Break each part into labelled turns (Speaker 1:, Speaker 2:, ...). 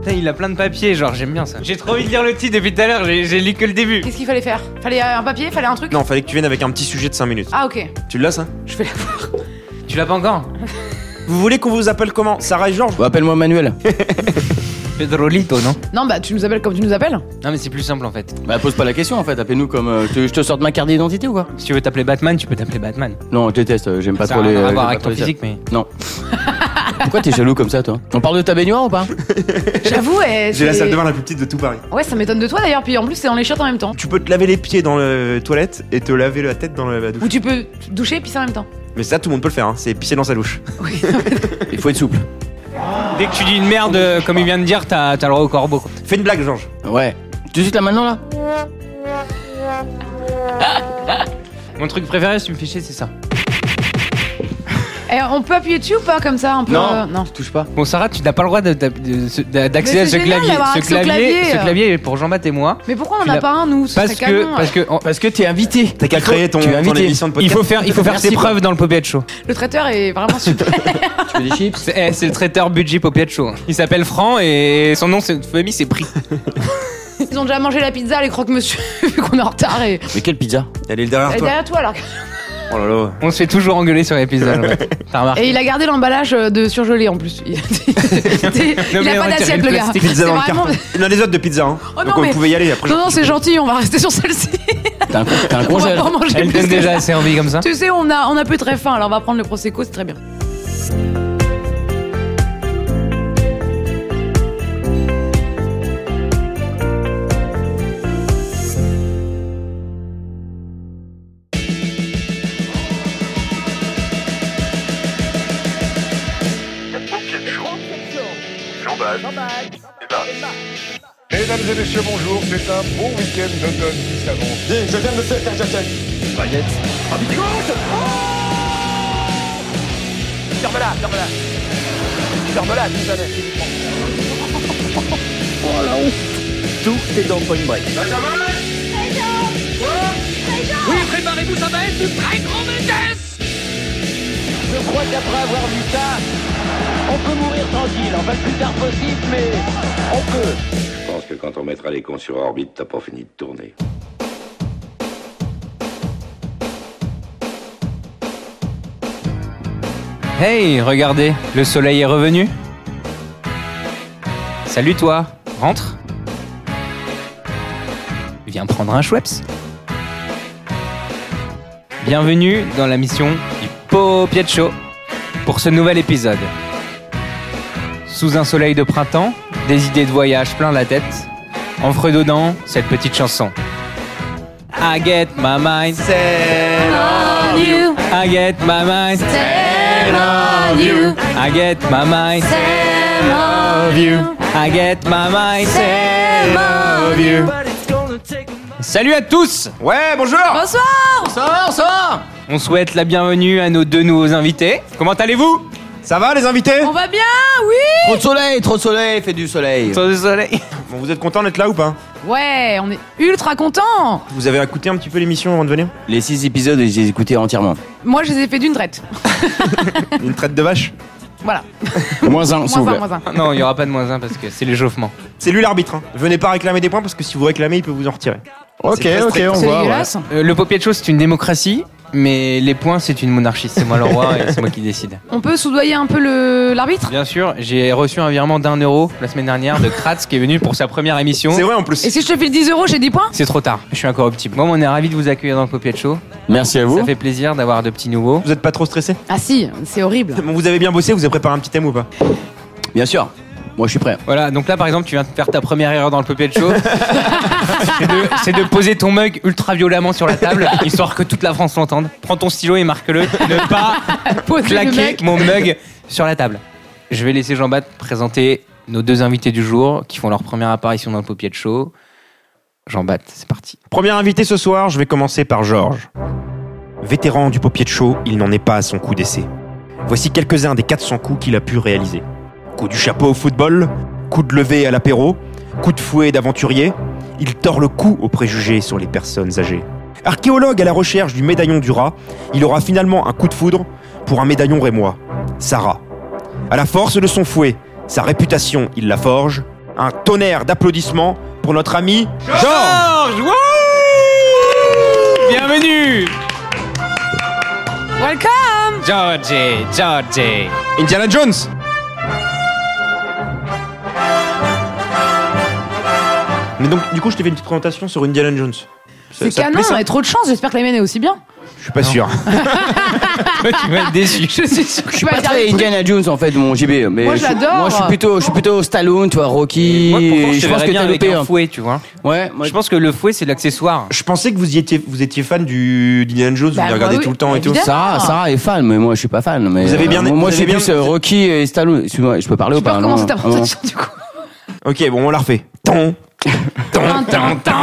Speaker 1: Putain, il a plein de papiers, genre j'aime bien ça. J'ai trop envie de lire le titre depuis tout à l'heure, j'ai j'ai lu que le début.
Speaker 2: Qu'est-ce qu'il fallait faire Fallait euh, un papier Fallait un truc
Speaker 3: Non, fallait que tu viennes avec un petit sujet de 5 minutes.
Speaker 2: Ah, ok.
Speaker 3: Tu l'as ça
Speaker 2: Je vais la voir.
Speaker 1: Tu l'as pas encore hein
Speaker 3: Vous voulez qu'on vous appelle comment Sarah et Georges
Speaker 4: Bon, Appelle-moi Manuel.
Speaker 1: Pedro Lito, non
Speaker 2: Non, bah, tu nous appelles comme tu nous appelles.
Speaker 1: Non, mais c'est plus simple en fait.
Speaker 4: Bah pose pas la question en fait, appelle-nous comme... euh, tu- je te sorte ma carte d'identité ou quoi
Speaker 1: Si tu veux t'appeler Batman, tu peux t'appeler Batman.
Speaker 4: Non, je déteste, euh, j'aime pas
Speaker 1: ça
Speaker 4: trop
Speaker 1: a
Speaker 4: les...
Speaker 1: rien
Speaker 4: euh,
Speaker 1: à voir
Speaker 4: j'aime
Speaker 1: avec
Speaker 4: pas
Speaker 1: ton
Speaker 4: trop les-
Speaker 1: physique, mais.
Speaker 4: Non. Pourquoi t'es jaloux comme ça toi On parle de ta baignoire ou pas
Speaker 2: J'avoue, eh,
Speaker 3: J'ai la
Speaker 2: c'est-
Speaker 3: salle de bain la plus petite de tout Paris.
Speaker 2: Ouais, ça m'étonne de toi d'ailleurs, puis en plus, c'est dans les shirts en même temps.
Speaker 3: Tu peux te laver les pieds dans la toilette et te laver la tête dans la
Speaker 2: Ou
Speaker 3: douche.
Speaker 2: tu peux te doucher, puis c'est en même temps.
Speaker 3: Mais ça, tout le monde peut le faire, hein. c'est pisser dans sa douche.
Speaker 2: Oui.
Speaker 4: Il faut être souple.
Speaker 1: Dès que tu dis une merde, euh, comme il vient de dire, t'as t'as le droit au corbeau. quoi.
Speaker 3: Fais une blague, Georges.
Speaker 4: Ouais. Tout de suite là maintenant là
Speaker 1: Mon truc préféré, si tu me fais chier, c'est ça.
Speaker 2: Eh, on peut appuyer dessus ou pas comme ça un peu, euh, Non.
Speaker 4: touche pas.
Speaker 1: Bon, Sarah, tu n'as pas le droit de- de- de- d'accéder
Speaker 2: Mais
Speaker 1: à
Speaker 2: c'est
Speaker 1: ce
Speaker 2: génial
Speaker 1: clavier.
Speaker 2: d'avoir
Speaker 1: Ce
Speaker 2: accès au
Speaker 1: clavier,
Speaker 2: clavier,
Speaker 1: ce
Speaker 2: euh.
Speaker 1: clavier est pour Jean-Baptiste et moi.
Speaker 2: Mais pourquoi on
Speaker 1: Tu
Speaker 2: n'a
Speaker 1: l'as-
Speaker 2: pas un nous Ce
Speaker 1: Parce
Speaker 2: serait
Speaker 1: que,
Speaker 2: canon, euh,
Speaker 1: parce
Speaker 2: ouais.
Speaker 1: que on-
Speaker 4: Parce que t'es invité.
Speaker 3: T'as qu'à créer ton,
Speaker 4: tu es
Speaker 3: ton
Speaker 4: invité.
Speaker 3: émission
Speaker 1: il
Speaker 3: de podcast.
Speaker 1: faut faire, il faut faire
Speaker 4: Merci,
Speaker 1: six
Speaker 4: quoi.
Speaker 1: preuves dans le Popiat Show.
Speaker 2: Le traiteur est vraiment super.
Speaker 4: tu veux des chips
Speaker 1: C'est eh, c'est le traiteur budget Popiat Show. Il s'appelle Franck et son nom, c'est- de famille, c'est Prix.
Speaker 2: Ils ont déjà mangé la pizza, les croque-monsieur, vu qu'on est en retard. Et...
Speaker 4: Mais quelle pizza
Speaker 3: Elle est derrière
Speaker 2: Et
Speaker 3: toi.
Speaker 2: derrière toi, alors.
Speaker 3: Oh là là.
Speaker 1: On se fait toujours engueuler sur l'épisode. en fait. T'as remarqué
Speaker 2: Et il a gardé l'emballage euh, de surgelé en plus. Il,
Speaker 1: Non,
Speaker 2: il
Speaker 1: mais
Speaker 2: a
Speaker 1: on
Speaker 2: pas
Speaker 1: a tiré
Speaker 2: d'assiette,
Speaker 1: le
Speaker 2: le gars.
Speaker 1: plastique.
Speaker 2: C'est
Speaker 3: Pizza dans le
Speaker 2: vraiment-
Speaker 3: carton. Il y en a des autres de pizza, hein.
Speaker 2: Oh non,
Speaker 3: Donc
Speaker 2: mais-
Speaker 3: on pouvait y aller après.
Speaker 2: Non, non, c'est gentil, on va rester sur celle-ci.
Speaker 4: T'as un, t'as un
Speaker 2: On va
Speaker 4: congé
Speaker 2: pas en manger
Speaker 1: Elle
Speaker 2: plus
Speaker 1: donne
Speaker 2: que
Speaker 1: déjà
Speaker 2: ça.
Speaker 1: assez envie comme ça.
Speaker 2: Tu sais, on a, on a plus très faim, alors on va prendre le Prosecco, c'est très bien.
Speaker 5: Mesdames et messieurs, bonjour, c'est un bon week-end d'automne qui s'avance.
Speaker 6: Je crois qu'après avoir vu ça, on peut mourir tranquille. Enfin, le plus tard possible, mais on peut.
Speaker 7: Je pense que quand on mettra les cons sur orbite, t'as pas fini de tourner.
Speaker 1: Hey, regardez, le soleil est revenu. Salut toi, rentre. Viens prendre un Schweppes. Bienvenue dans la mission du Popiet Show pour ce nouvel épisode. Sous un soleil de printemps, des idées de voyage plein la tête, en fredonnant cette petite chanson. I get my mind,
Speaker 2: Ah.
Speaker 1: I get my mind, I get my mind. I get my mind. Salut à tous
Speaker 3: Ouais, bonjour
Speaker 2: Bonsoir
Speaker 4: Sors, sors
Speaker 1: On souhaite la bienvenue à nos deux nouveaux invités. Comment allez-vous
Speaker 3: Ça va les invités
Speaker 2: On va bien, oui
Speaker 4: Trop de soleil, trop de soleil, fait du soleil.
Speaker 1: Désolé.
Speaker 3: Bon, vous êtes contents d'être là ou pas
Speaker 2: Ouais, on est ultra contents
Speaker 3: Vous avez écouté un petit peu l'émission avant de venir
Speaker 4: Les six épisodes, je les ai écoutés entièrement.
Speaker 2: Moi, je les ai fait d'une traite.
Speaker 3: Une traite de vache
Speaker 2: Voilà.
Speaker 4: Moins un, s'il
Speaker 2: Moins
Speaker 4: vous
Speaker 2: un,
Speaker 4: plaît.
Speaker 2: moins un.
Speaker 1: Non, il n'y aura pas de moins un parce que c'est l'échauffement.
Speaker 3: C'est lui l'arbitre. hein. Venez pas réclamer des points parce que si vous réclamez, il peut vous en retirer.
Speaker 4: Ok,
Speaker 3: C'est très
Speaker 4: ok,
Speaker 3: strict.
Speaker 4: on
Speaker 2: C'est
Speaker 4: voit. ouais.
Speaker 2: dégueulasse.
Speaker 1: Euh, le papier de choses, c'est une démocratie, mais les points, c'est une monarchie. C'est moi le roi et c'est moi qui décide.
Speaker 2: On peut soudoyer un peu le- l'arbitre
Speaker 1: Bien sûr, j'ai reçu un virement d'un euro la semaine dernière de Kratz qui est venu pour sa première émission.
Speaker 3: C'est vrai en
Speaker 2: Et
Speaker 3: plus.
Speaker 2: si je te file 10 euros, j'ai 10 points
Speaker 1: C'est trop tard, je suis incorruptible. Bon, on est ravis de vous accueillir dans le Popiet Show.
Speaker 4: Merci à vous.
Speaker 1: Ça fait plaisir d'avoir de petits nouveaux.
Speaker 3: Vous êtes pas trop stressé
Speaker 2: Ah si, c'est horrible.
Speaker 3: Bon, vous avez bien bossé, vous avez préparé un petit thème ou pas
Speaker 4: Bien sûr. Moi, je suis prêt.
Speaker 1: Voilà, donc là par exemple, tu viens de faire ta première erreur dans le Puppet Show. c'est, de, c'est de poser ton mug ultra violemment sur la table, histoire que toute la France l'entende. Prends ton stylo et marque-le. Ne pas
Speaker 2: Poser le
Speaker 1: claquer
Speaker 2: mec.
Speaker 1: mon mug sur la table. Je vais laisser Jean-Baptiste présenter nos deux invités du jour qui font leur première apparition dans le Puppet Show. Jean-Baptiste, c'est parti.
Speaker 3: Premier invité ce soir, je vais commencer par Georges. Vétéran du paupier de chaud, il n'en est pas à son coup d'essai. Voici quelques-uns des 400 coups qu'il a pu réaliser. Coup du chapeau au football, coup de levée à l'apéro, coup de fouet d'aventurier, il tord le cou aux préjugés sur les personnes âgées. Archéologue à la recherche du médaillon du rat, il aura finalement un coup de foudre pour un médaillon rémois, Sarah. À la force de son fouet, sa réputation, il la forge, un tonnerre d'applaudissements pour notre ami Georges
Speaker 1: Georges Wouh Bienvenue
Speaker 2: Welcome
Speaker 1: Georgie, Georgie
Speaker 3: Indiana Jones Mais donc, du coup, je t'ai fait une petite présentation sur Indiana Jones. Ça-
Speaker 2: C'est
Speaker 3: ça te
Speaker 2: canon,
Speaker 3: plaît, ça
Speaker 2: et trop de chance, j'espère que la mienne est aussi bien.
Speaker 3: Je suis pas sûr.
Speaker 1: Tu vas être déçu.
Speaker 2: Je suis sûre que
Speaker 4: Je suis pas très Indiana Jones en fait, mon JB. Mais
Speaker 2: Moi, je
Speaker 4: suis-
Speaker 2: l'adore.
Speaker 4: Moi, je suis plutôt, je suis plutôt Stallone, toi, Rocky.
Speaker 1: Moi, pourtant, je, te
Speaker 4: pense
Speaker 1: verrais
Speaker 4: que
Speaker 1: bien
Speaker 4: t'as
Speaker 1: avec
Speaker 4: loupé.
Speaker 1: un
Speaker 4: hein.
Speaker 1: fouet, tu vois.
Speaker 4: Ouais, moi,
Speaker 1: Je pense que le fouet, c'est de l'accessoire.
Speaker 3: je pensais que vous y étiez, vous étiez fan du d'Indiana Jones,
Speaker 2: Bah,
Speaker 3: vous les
Speaker 2: bah
Speaker 3: regardez
Speaker 2: oui,
Speaker 3: tout le temps et tout.
Speaker 2: évidemment.
Speaker 4: Sarah, Sarah est fan, mais moi, je suis pas fan. Mais
Speaker 3: Vous avez bien-
Speaker 4: euh,
Speaker 3: vous
Speaker 4: moi, je suis
Speaker 3: avez bien-
Speaker 4: plus euh, Rocky et Stallone. Excuse-moi, je peux parler
Speaker 2: Tu
Speaker 4: ou
Speaker 2: peux
Speaker 4: pas non,
Speaker 2: recommencer ta
Speaker 4: non.
Speaker 2: présentation du coup.
Speaker 3: Ok, bon, on la refait. Tan, tan, tan, tan.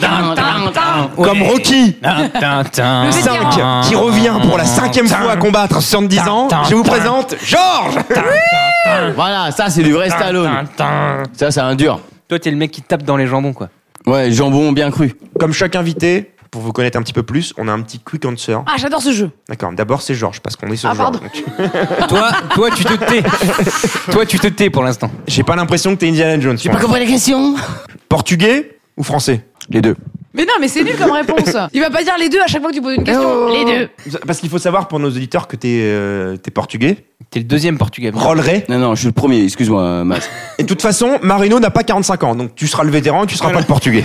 Speaker 4: Tan, tan, tan.
Speaker 3: Comme Rocky
Speaker 1: Tintin.
Speaker 3: 5 qui revient pour la cinquième fois à combattre en 70 ans,
Speaker 1: Tin, tin,
Speaker 3: je vous
Speaker 1: tin.
Speaker 3: présente Georges
Speaker 4: Voilà, ça, c'est du vrai Stallone. Ça, c'est un dur.
Speaker 1: Toi, t'es le mec qui tape dans les jambons, quoi.
Speaker 4: Ouais, jambon bien cru.
Speaker 3: Comme chaque invité, pour vous connaître un petit peu plus, on a un petit quick answer.
Speaker 2: Ah, j'adore ce jeu.
Speaker 3: D'accord, d'abord c'est Georges, parce qu'on est sur
Speaker 2: Ah,
Speaker 3: Georges.
Speaker 2: pardon.
Speaker 3: donc.
Speaker 1: toi, toi, tu te tais. toi, tu te tais pour l'instant.
Speaker 3: J'ai pas l'impression que t'es Indiana Jones.
Speaker 4: J'ai
Speaker 3: moi.
Speaker 4: pas compris la question.
Speaker 3: Portugais ou français
Speaker 4: Les deux.
Speaker 2: Mais non, mais c'est nul comme réponse. Il va pas dire les deux à chaque fois que tu poses une question. Oh. Les deux.
Speaker 3: Parce qu'il faut savoir pour nos auditeurs que t'es euh, t'es portugais.
Speaker 1: T'es le deuxième portugais.
Speaker 3: Rolleray.
Speaker 4: Non, non, je suis le premier. Excuse-moi, Max.
Speaker 3: Et de toute façon, Marino n'a pas 45 ans, donc tu seras le vétéran, tu seras pas le portugais.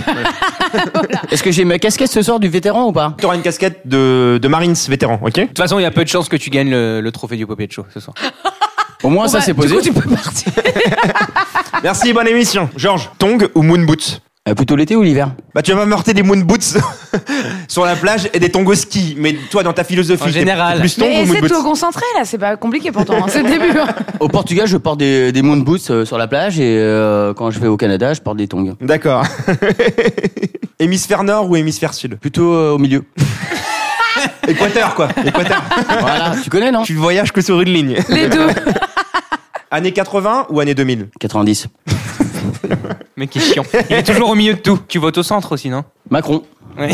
Speaker 4: Est-ce que j'ai ma casquette ce soir du vétéran ou pas
Speaker 3: T'auras une casquette de, de Marines vétéran, ok
Speaker 1: De toute façon, il y a peu de chances que tu gagnes le, le trophée du Popé de Show ce soir.
Speaker 4: Au moins,
Speaker 2: Bon,
Speaker 4: ça,
Speaker 2: bah,
Speaker 4: c'est posé.
Speaker 2: Du coup, tu peux partir.
Speaker 3: Merci, bonne émission. Georges, Tong ou Moon Boots
Speaker 4: Euh, plutôt l'été ou l'hiver
Speaker 3: Bah tu vas pas me heurter des Moon Boots sur la plage et des tongs au ski, mais toi dans ta philosophie,
Speaker 1: En
Speaker 3: t'es-
Speaker 1: général.
Speaker 3: t'es plus Tong
Speaker 2: Mais
Speaker 3: ou Moon
Speaker 2: essaie de te
Speaker 3: Boots
Speaker 2: concentrer là, c'est pas compliqué pourtant. hein. C'est le début. hein.
Speaker 4: Au Portugal, je porte des, des moon boots euh, sur la plage et euh, quand je vais au Canada, je porte des tongs.
Speaker 3: D'accord. hémisphère nord ou hémisphère sud
Speaker 4: Plutôt euh, au milieu.
Speaker 3: Équateur quoi, équateur.
Speaker 4: voilà, tu connais, non
Speaker 3: tu voyages que sur une ligne.
Speaker 2: Les deux.
Speaker 3: Année 80 ou année 2000
Speaker 4: 90.
Speaker 1: Mais qui est chiant. Il est toujours au milieu de tout. Tu votes au centre aussi, non
Speaker 4: Macron.
Speaker 1: Oui.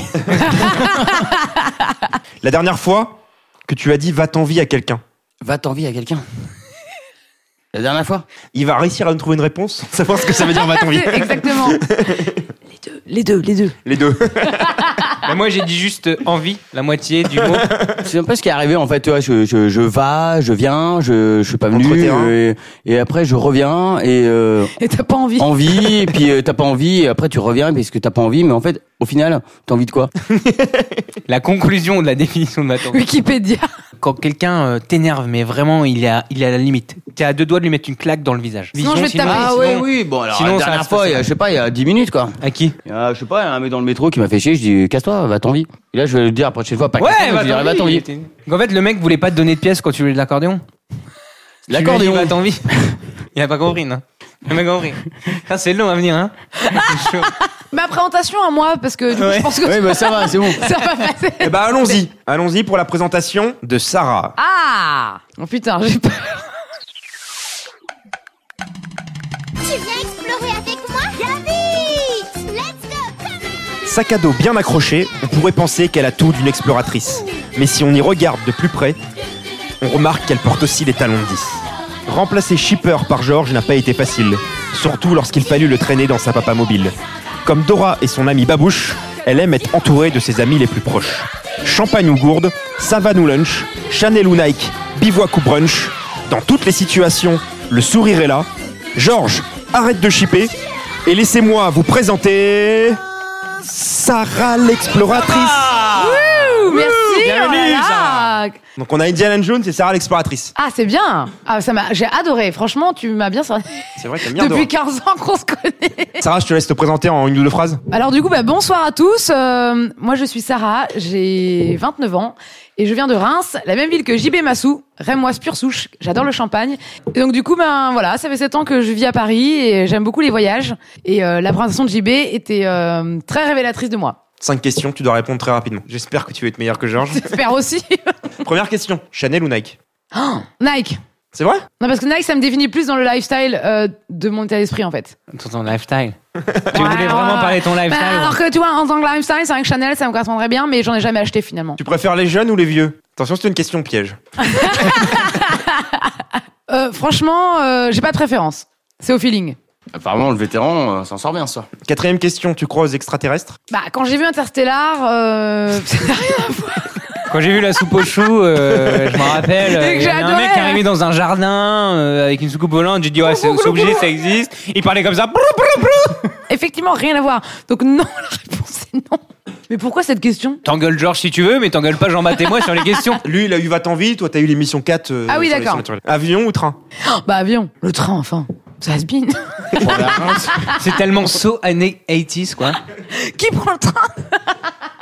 Speaker 3: La dernière fois que tu as dit va t'en vie à quelqu'un,
Speaker 4: Va t'en vie à quelqu'un. La dernière fois
Speaker 3: il va réussir à nous trouver une réponse sans savoir ce que ça veut dire va t'en vie.
Speaker 2: C'est- Exactement. Les deux, les deux, les deux.
Speaker 3: Les deux.
Speaker 1: Bah, moi, j'ai dit juste euh, envie, la moitié du mot.
Speaker 4: C'est un peu ce qui est arrivé en fait. Tu vois, je, je, je vas, je viens, je, je suis pas venu,
Speaker 3: Entre-terrain.
Speaker 4: euh, et, et après je reviens et euh,
Speaker 2: Et t'as pas
Speaker 3: Oh.
Speaker 2: envie.
Speaker 4: envie, et puis euh, t'as pas envie, et après tu reviens parce que t'as pas envie, mais en fait au final t'as envie de quoi
Speaker 1: La conclusion de la définition de ma tante.
Speaker 2: Wikipédia.
Speaker 1: Quand quelqu'un euh, t'énerve, mais vraiment, il est, à, il est à la limite. T'es à deux doigts de lui mettre une claque dans le visage.
Speaker 2: Sinon, je vais te taper.
Speaker 4: Ah
Speaker 1: sinon-
Speaker 4: oui, oui. Bon alors
Speaker 1: sinon,
Speaker 4: la
Speaker 1: ça
Speaker 4: dernière
Speaker 1: reste
Speaker 4: fois,
Speaker 1: pas
Speaker 4: il y a,
Speaker 1: ça.
Speaker 4: je sais pas, il y a 10 minutes quoi.
Speaker 1: À qui
Speaker 4: Il y a, je sais pas, il y a un mec dans le métro qui m'a fait chier. Je dis casse-toi, va t'en vie. Et là je vais le dire la prochaine fois, pas
Speaker 1: Ouais,
Speaker 4: casse-toi, mais
Speaker 1: va
Speaker 4: je dirais, va
Speaker 1: t'en
Speaker 4: t'en vie.
Speaker 1: vie. Donc, en fait, le mec voulait pas te donner de pièces quand tu voulais de l'accordéon.
Speaker 4: L'accordéon.
Speaker 1: Tu lui as dit, va t'en vie. Il a pas compris, non Il a pas compris. Ça, c'est long à venir, hein C'est chaud.
Speaker 2: Ma présentation à moi, parce que du coup, je pense que
Speaker 4: Oui, bah ça va, c'est bon.
Speaker 2: ça va passer.
Speaker 3: Eh ben allons-y. Allons-y pour la présentation de Sarah.
Speaker 2: Ah Oh putain, j'ai peur.
Speaker 8: Tu viens explorer avec moi Viens vite Let's go
Speaker 3: Sac à dos bien accroché, on pourrait penser qu'elle a tout d'une exploratrice. Mais si on y regarde de plus près, on remarque qu'elle porte aussi des talons de 10. Remplacer Shipper par George n'a pas été facile, surtout lorsqu'il fallut le traîner dans sa papa mobile. Comme Dora et son ami Babouche, elle aime être entourée de ses amis les plus proches. Champagne ou gourde, savane ou lunch, Chanel ou Nike, bivouac ou brunch, dans toutes les situations, le sourire est là. Georges, arrête de shipper et laissez-moi vous présenter... Sarah l'exploratrice.
Speaker 2: Ah Ouh, Merci oh là là.
Speaker 3: Donc on a Indiana Jones et Sarah l'exploratrice.
Speaker 2: Ah, c'est bien Ah, ça m'a... J'ai adoré, franchement, tu m'as bien sorti.
Speaker 3: C'est vrai qu'elle
Speaker 2: Depuis 15 ans qu'on se connaît
Speaker 3: Sarah, je te laisse te présenter en une ou deux phrases.
Speaker 2: Alors du coup, bah, bonsoir à tous. Euh, moi, je suis Sarah, j'ai 29 ans et je viens de Reims, la même ville que JB Massou, rémoise pure souche. J'adore le champagne. Et donc du coup, ben voilà, ça fait 7 ans que je vis à Paris et j'aime beaucoup les voyages. Et euh, la présentation de JB était euh, très révélatrice de moi.
Speaker 3: Cinq questions, tu dois répondre très rapidement. J'espère que tu vas être meilleur que Georges.
Speaker 2: J'espère aussi.
Speaker 3: Première question, Chanel ou Nike
Speaker 2: Nike.
Speaker 3: C'est vrai
Speaker 2: Non, parce que Nike, ça me définit plus dans le lifestyle euh, de mon état d'esprit en fait.
Speaker 1: Ton, ton lifestyle. tu
Speaker 2: Ouais,
Speaker 1: voulais
Speaker 2: ouais,
Speaker 1: vraiment
Speaker 2: ouais.
Speaker 1: parler de ton
Speaker 2: Bah,
Speaker 1: lifestyle.
Speaker 2: alors que tu vois, en tant que lifestyle, c'est vrai que Chanel, ça me correspondrait bien, mais j'en ai jamais acheté finalement.
Speaker 3: Tu préfères les jeunes ou les vieux Attention, c'est une question piège.
Speaker 2: Euh, franchement, euh, j'ai pas de préférence. C'est au feeling.
Speaker 4: Apparemment, le vétéran euh, s'en sort bien, ça.
Speaker 3: Quatrième question, tu crois aux extraterrestres
Speaker 2: Bah, quand j'ai vu Interstellar, euh,
Speaker 1: Quand j'ai vu la soupe aux choux, euh, je m'en rappelle,
Speaker 2: Et que
Speaker 1: il y
Speaker 2: j'ai
Speaker 1: avait un
Speaker 2: adoré.
Speaker 1: mec qui arrivait dans un jardin euh, avec une soucoupe volante. J'ai dit, ouais, c'est c'est obligé, ça existe. Il parlait comme ça. brou, brou, brou.
Speaker 2: effectivement, rien à voir. Donc non, la réponse est non. Mais pourquoi cette question
Speaker 1: T'engueules Georges si tu veux, mais t'engueules pas Jean-Baptiste et moi sur les questions.
Speaker 3: Lui, il a eu Va-t'en ville, toi, t'as eu l'émission 4. euh,
Speaker 2: Ah oui,
Speaker 3: sur les
Speaker 2: d'accord.
Speaker 3: surnaturels. Avion ou train
Speaker 2: Bah, avion, le train, enfin. Ça has been.
Speaker 1: C'est tellement so années 80s, quoi.
Speaker 2: Qui prend le train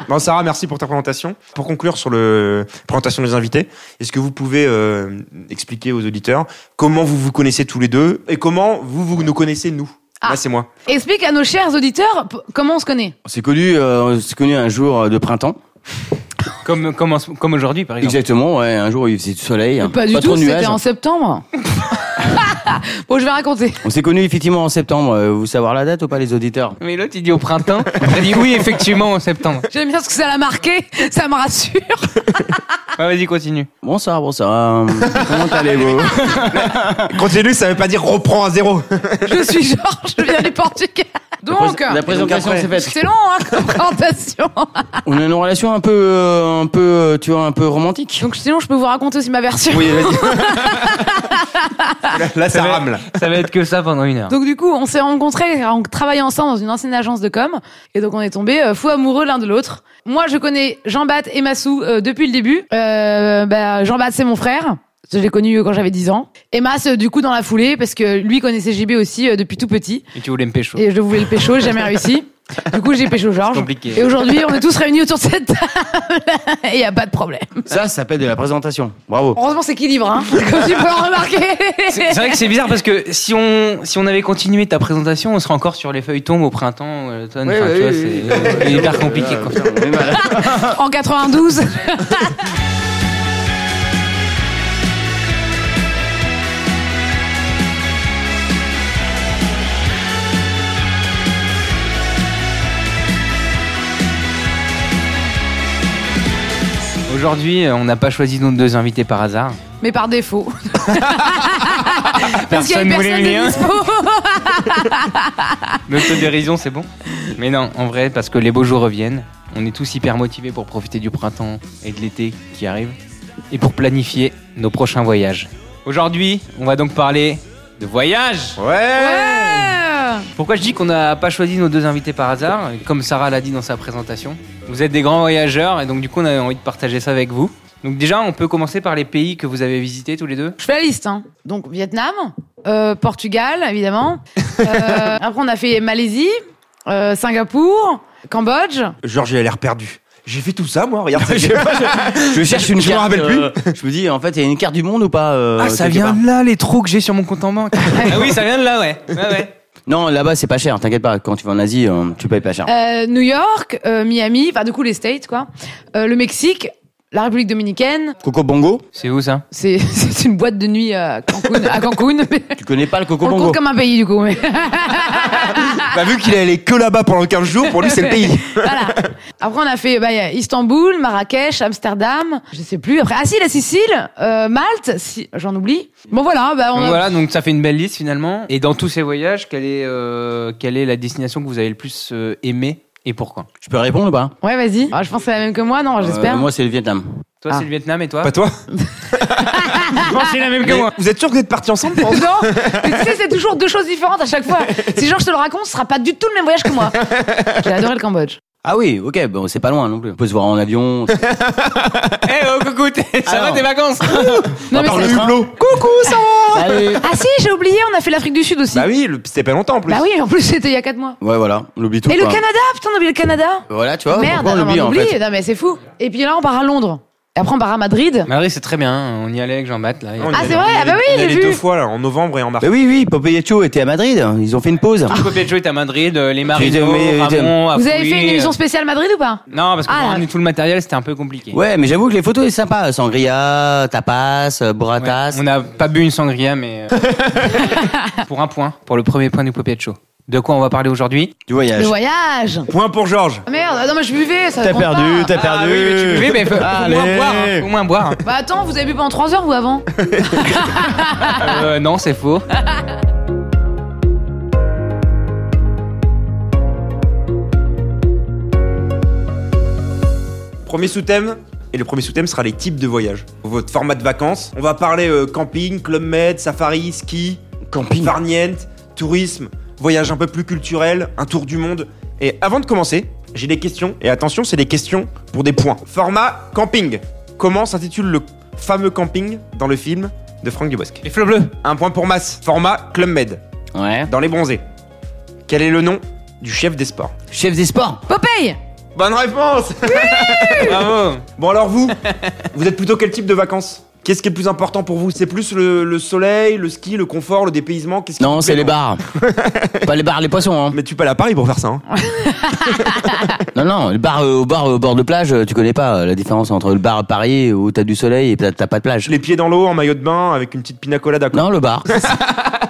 Speaker 3: Bon, Sarah, merci pour ta présentation. Pour conclure sur la présentation des invités, est-ce que vous pouvez euh, expliquer aux auditeurs comment vous vous connaissez tous les deux et comment vous, vous nous connaissez, nous
Speaker 2: Ah.
Speaker 3: Là, c'est moi.
Speaker 2: Explique à nos chers auditeurs p- comment on se connaît.
Speaker 4: On s'est connu, euh, on s'est connu un jour euh, de printemps.
Speaker 1: Comme, comme, en ce- comme aujourd'hui, par exemple.
Speaker 4: Exactement, ouais. Un jour, il faisait du soleil. hein.
Speaker 2: Pas du
Speaker 4: trop
Speaker 2: tout,
Speaker 4: de nuages.
Speaker 2: c'était en septembre. bon, je vais raconter.
Speaker 4: On s'est connu effectivement en septembre. Euh, Vous savoir la date ou pas, les auditeurs
Speaker 1: Mais l'autre, il dit au printemps. Il dit oui, effectivement, en septembre.
Speaker 2: J'aime bien ce que ça l'a marqué, ça me rassure.
Speaker 1: Ouais, vas-y, continue.
Speaker 4: Bonsoir, bonsoir. Euh, Comment allez-vous
Speaker 3: Continue, ça veut pas dire reprends à zéro.
Speaker 2: Je suis Georges, je viens du Portugal. Donc,
Speaker 4: La présentation
Speaker 3: après-
Speaker 4: s'est faite.
Speaker 2: c'est long, hein, comme présentation.
Speaker 4: On a une relation un peu, euh, un peu, euh, tu vois, un peu romantique.
Speaker 2: Donc, sinon, je peux vous raconter aussi ma version.
Speaker 3: Oui, vas-y.
Speaker 2: Ah.
Speaker 3: là, là, ça
Speaker 1: va-
Speaker 3: rame, là.
Speaker 1: Ça va être que ça pendant une heure.
Speaker 2: Donc, du coup, on s'est rencontrés, on travaillait ensemble dans une ancienne agence de com. Et donc, on est tombés euh, fous amoureux l'un de l'autre. Moi, je connais Jean-Bat et Massou euh, depuis le début. Euh, bah, Jean-Bat, c'est mon frère. Je l'ai connu euh, quand j'avais 10 ans. Et Mass, euh, du coup, dans la foulée, parce que lui connaissait JB aussi euh, depuis tout petit.
Speaker 1: Et tu voulais me pécho.
Speaker 2: Et je voulais le pécho, j'ai jamais réussi. Du coup, j'ai pécho Georges.
Speaker 1: compliqué.
Speaker 2: Et aujourd'hui, on est tous réunis autour de cette table. Et il n'y a pas de problème.
Speaker 4: Ça, ça s'appelle de la présentation. Bravo.
Speaker 2: Heureusement, c'est équilibre, hein, comme tu peux en remarquer.
Speaker 1: C'est c'est vrai que c'est bizarre parce que si on, si on avait continué ta présentation, on serait encore sur les feuilletons au printemps, à l'automne.
Speaker 4: Oui,
Speaker 1: Enfin,
Speaker 4: oui,
Speaker 1: tu vois,
Speaker 4: oui,
Speaker 1: c'est c'est hyper compliqué. Quoi.
Speaker 4: Putain, on est mal.
Speaker 2: En 92.
Speaker 1: Aujourd'hui, euh, on n'a pas choisi nos deux invités par hasard.
Speaker 2: Mais par défaut. Parce qu'il y
Speaker 1: Personne hein.
Speaker 2: avait
Speaker 1: voulait
Speaker 2: personne
Speaker 1: le mien.
Speaker 2: de dispo.
Speaker 1: L'autodérision, c'est bon. Mais non, en vrai, parce que les beaux jours reviennent. On est tous hyper motivés pour profiter du printemps et de l'été qui arrive. Et pour planifier nos prochains voyages. Aujourd'hui, on va donc parler de voyage.
Speaker 3: Ouais.
Speaker 2: Ouais.
Speaker 1: Pourquoi je dis qu'on n'a pas choisi nos deux invités par hasard Comme Sarah l'a dit dans sa présentation, vous êtes des grands voyageurs et donc du coup on avait envie de partager ça avec vous. Donc déjà, on peut commencer par les pays que vous avez visités tous les deux.
Speaker 2: Je fais la liste. Hein. Donc, Vietnam, euh, Portugal, évidemment. Euh, après, on a fait Malaisie, euh, Singapour, Cambodge.
Speaker 3: Georges, il a l'air perdu. J'ai fait tout ça, moi, regarde.
Speaker 4: Je sais pas, je, je cherche une
Speaker 3: Je me
Speaker 4: carte.
Speaker 3: rappelle
Speaker 4: euh, je me dis, en fait, il y a une carte du monde ou pas euh, quelque part
Speaker 1: Ah, de là les trous que j'ai sur mon compte en banque. ah oui, ça vient de là, ouais. Ouais, ouais.
Speaker 4: Non, là-bas, c'est pas cher. T'inquiète pas. Quand tu vas en Asie, euh, tu payes pas cher.
Speaker 2: Euh, New York, euh, Miami, enfin, du coup, les States, quoi. Euh, le Mexique, la République dominicaine.
Speaker 4: Coco Bongo
Speaker 1: C'est où ça
Speaker 2: C'est c'est une boîte de nuit à Cancun. À Cancun.
Speaker 4: Tu connais pas le Coco
Speaker 2: On le
Speaker 4: Bongo
Speaker 2: compte comme un pays, du coup. mais- Ah.
Speaker 3: Bah, vu qu'il est allé que là-bas pendant 15 jours, pour lui, c'est le pays.
Speaker 2: voilà. Après, on a fait bah, il y a Istanbul, Marrakech, Amsterdam, je sais plus. Après, ah si, la Sicile, euh, Malte, si, j'en oublie. Bon voilà, bah, on
Speaker 1: Donc
Speaker 2: a-
Speaker 1: voilà, donc ça fait une belle liste finalement. Et dans tous ces voyages, quelle est, euh, quelle est la destination que vous avez le plus euh, aimée et pourquoi
Speaker 4: Je peux répondre ou pas
Speaker 2: Ouais, vas-y. Ah, je pense que c'est la même que moi, non, j'espère.
Speaker 4: Euh, Moi, c'est le Vietnam.
Speaker 1: Toi,
Speaker 2: Ah.
Speaker 1: c'est le Vietnam et toi
Speaker 3: Pas toi
Speaker 1: Je pense que c'est la Ah, même que moi.
Speaker 3: Vous êtes sûr que vous êtes partis ensemble Laurent
Speaker 2: Non, mais tu sais, c'est toujours deux choses différentes à chaque fois. Si genre je te le raconte, ce sera pas du tout le même voyage que moi. J'ai adoré le Cambodge.
Speaker 4: Ah oui, ok, bon, c'est pas loin non plus. On peut se voir en avion. c'est-
Speaker 1: Eh oh, coucou, t'es- ça
Speaker 4: Alors.
Speaker 1: va tes vacances
Speaker 2: Non, mais
Speaker 4: par
Speaker 2: c'est-
Speaker 4: le train.
Speaker 3: Coucou, ça va
Speaker 4: Allez
Speaker 2: Ah si, j'ai oublié, on a fait l'Afrique du Sud aussi.
Speaker 3: Bah oui, le- c'était pas longtemps en plus.
Speaker 2: Bah oui, en plus c'était il y a quatre mois.
Speaker 4: Ouais, voilà, on oublie tout.
Speaker 2: Et le
Speaker 4: quoi.
Speaker 2: Canada, putain, on a oublié le Canada.
Speaker 4: Voilà, tu vois,
Speaker 2: Merde,
Speaker 4: pourquoi on
Speaker 2: non,
Speaker 4: l'oublie
Speaker 2: on
Speaker 4: en
Speaker 2: oublie,
Speaker 4: fait.
Speaker 2: non mais c'est fou. Et puis là, on part à Londres. Et après, on part à Madrid.
Speaker 1: Madrid, c'est très bien. hein. On y allait avec Jean-Baptiste là.
Speaker 3: On y
Speaker 2: Ah,
Speaker 3: est
Speaker 2: c'est
Speaker 3: allé-
Speaker 2: vrai
Speaker 3: on y est
Speaker 2: Ah, bah
Speaker 3: allé-
Speaker 2: oui,
Speaker 3: on y est
Speaker 2: j'ai
Speaker 3: allé deux
Speaker 2: vu.
Speaker 3: fois, là, en novembre et en mars.
Speaker 4: Bah oui, oui, Popeyecho était à Madrid. Ils ont fait une pause.
Speaker 2: Ah.
Speaker 1: Popecho est à Madrid, euh, les
Speaker 4: J'étais
Speaker 1: Marino,
Speaker 4: au meilleur, j'étais-
Speaker 1: Ramon,
Speaker 2: Vous avez
Speaker 1: Afoui,
Speaker 2: fait une émission
Speaker 1: euh,
Speaker 2: spéciale Madrid ou pas
Speaker 1: Non, parce que
Speaker 2: Ah,
Speaker 1: pour
Speaker 2: là.
Speaker 1: ramener tout le matériel, c'était un peu compliqué.
Speaker 4: Ouais, mais j'avoue que les photos, c'est sympa. Sangria, tapas, euh,
Speaker 1: Ouais,
Speaker 4: burratas.
Speaker 1: On n'a pas bu une sangria, mais. euh, pour un point, pour le premier point du Popecho. De quoi on va parler aujourd'hui
Speaker 4: Du
Speaker 2: Le
Speaker 4: voyage.
Speaker 2: voyage
Speaker 3: Point pour Georges.
Speaker 2: Ah, Merde, ah non mais je buvais, ça compte pas.
Speaker 1: Ah oui, mais tu buvais, mais faut- faut au moins
Speaker 4: Allez.
Speaker 1: boire. hein, faut au moins boire.
Speaker 2: Bah attends, vous avez bu pendant 3 heures ou avant
Speaker 1: Euh, non, c'est faux.
Speaker 3: Premier sous-thème. Et le premier sous-thème sera les types de voyages. Votre format de vacances. On va parler euh, camping, club med, safari, ski,
Speaker 4: Camping.
Speaker 3: farniente, tourisme, voyage un peu plus culturel, un tour du monde. Et avant de commencer, j'ai des questions. Et attention, c'est des questions pour des points. Format camping. Comment s'intitule le fameux camping dans le film de Franck Dubosc
Speaker 1: Les flots bleus.
Speaker 3: Un point pour Mass. Format Club Med.
Speaker 4: Ouais.
Speaker 3: Dans les bronzés. Quel est le nom du chef des sports
Speaker 4: Chef des sports.
Speaker 2: Popeye
Speaker 3: Bonne réponse
Speaker 1: Ah, Bravo.
Speaker 2: Euh,
Speaker 3: Bon alors vous, vous êtes plutôt quel type de vacances Qu'est-ce qui est le plus important pour vous C'est plus le, le soleil, le ski, le confort, le dépaysement Qu'est-ce qui vous
Speaker 4: Non,
Speaker 3: plaît,
Speaker 4: c'est les bars. pas les bars, les poissons. Hein.
Speaker 3: Mais tu peux aller à Paris pour faire ça. hein.
Speaker 4: Non, non, les bars euh, au bar euh, au bord de plage, euh, tu connais pas euh, la différence entre le bar à Paris où t'as du soleil et t'as t'as pas de plage.
Speaker 3: Les pieds dans l'eau, en maillot de bain, avec une petite pinacolade à côté.
Speaker 4: Non, le bar.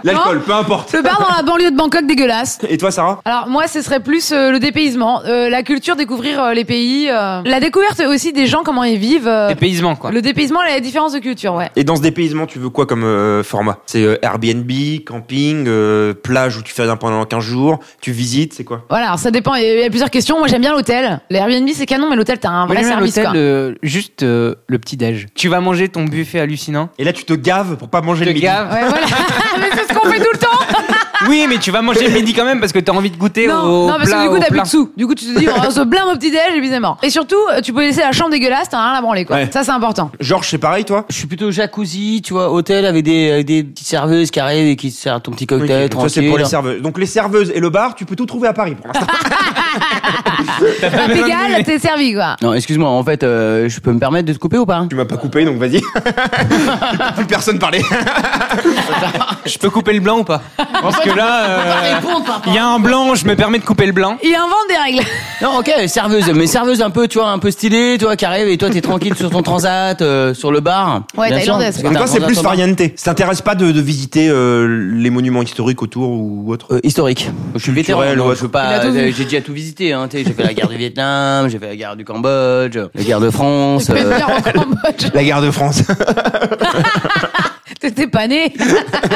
Speaker 3: L'alcool, peu importe.
Speaker 2: Le bar dans la banlieue de Bangkok dégueulasse.
Speaker 3: Et toi Sarah
Speaker 2: Alors moi, ce serait plus euh, le dépaysement, euh, la culture, découvrir euh, les pays, euh, la découverte aussi des gens, comment ils vivent. euh,
Speaker 1: Dépaysement, quoi.
Speaker 2: le dépaysement, la différence de culture, ouais.
Speaker 3: Et dans ce dépaysement, tu veux quoi comme euh, format C'est euh, Airbnb, camping, euh, plage où tu fais d'un pendant 15 jours, tu visites, c'est quoi
Speaker 2: Voilà, alors ça dépend. Il y a plusieurs questions. Moi, j'aime bien l'hôtel. L'Airbnb, c'est canon, mais l'hôtel, t'as un vrai
Speaker 1: Même à
Speaker 2: service.
Speaker 1: l'hôtel,
Speaker 2: Quoi.
Speaker 1: euh, juste euh, le petit déj. Tu vas manger ton buffet hallucinant.
Speaker 3: Et là tu te gaves pour pas
Speaker 1: Tu
Speaker 3: manger le
Speaker 1: te
Speaker 3: midi.
Speaker 1: gaves.
Speaker 2: Ouais, voilà. mais c'est ce qu'on fait tout le temps.
Speaker 1: Oui, mais tu vas manger le midi quand même parce que t'as envie de goûter
Speaker 2: Ah. Non,
Speaker 1: au
Speaker 2: non, parce
Speaker 1: plat,
Speaker 2: que du coup,
Speaker 1: au
Speaker 2: t'as plus
Speaker 1: plat.
Speaker 2: de sous. Du coup, tu te dis, on se blinde au petit déj, évidemment. Et surtout, euh, tu peux laisser la chambre dégueulasse, t'as rien à branler, quoi.
Speaker 3: Ouais.
Speaker 2: Ça, c'est important.
Speaker 3: Georges, c'est pareil toi
Speaker 4: Je suis plutôt jacuzzi, tu vois, hôtel avec des, avec des petites serveuses qui arrivent et qui te servent ton petit
Speaker 3: Ok,
Speaker 4: cocktail
Speaker 3: donc Ça c'est
Speaker 4: tranquille.
Speaker 3: pour les serveuses. Donc les serveuses et le bar, tu peux tout trouver à Paris pour l'instant.
Speaker 2: À
Speaker 1: besoin de
Speaker 2: Pigalle,
Speaker 1: bouger.
Speaker 2: t'es servi, quoi.
Speaker 4: non, excuse-moi, en fait, euh, je peux me permettre de te couper ou pas
Speaker 3: tu m'as pas coupé donc vas-y. Plus personne parlait.
Speaker 1: Je peux couper le blanc ou pas Parce que là, euh, il y a un blanc, je me permets de couper le blanc.
Speaker 2: Il invente des règles.
Speaker 4: Non, ok, serveuse, mais serveuse un peu, tu vois, un peu stylée, tu vois, qui arrive et toi t'es tranquille sur ton transat, euh, sur le bar.
Speaker 2: Ouais,
Speaker 4: Bien sûr,
Speaker 2: thaïlandaise,
Speaker 4: parce que
Speaker 2: quoi.
Speaker 3: Donc toi,
Speaker 4: t'as un
Speaker 3: c'est
Speaker 4: transat
Speaker 3: plus
Speaker 4: au bar.
Speaker 3: varianté. Ça t'intéresse pas de, de visiter euh, les monuments historiques autour ou autre
Speaker 4: Euh, historique. Je suis vétéran,
Speaker 3: Culturel,
Speaker 4: donc
Speaker 3: ouais.
Speaker 4: je peux
Speaker 2: Il a
Speaker 4: pas.
Speaker 2: tout vu.
Speaker 4: euh, J'ai déjà tout visité. Hein, tu sais, j'ai fait la guerre du Vietnam, j'ai fait la guerre du Cambodge, la guerre de France.
Speaker 2: Tu peux
Speaker 4: euh,
Speaker 2: venir au Cambodge.
Speaker 3: La guerre de France.
Speaker 2: T'étais pas né.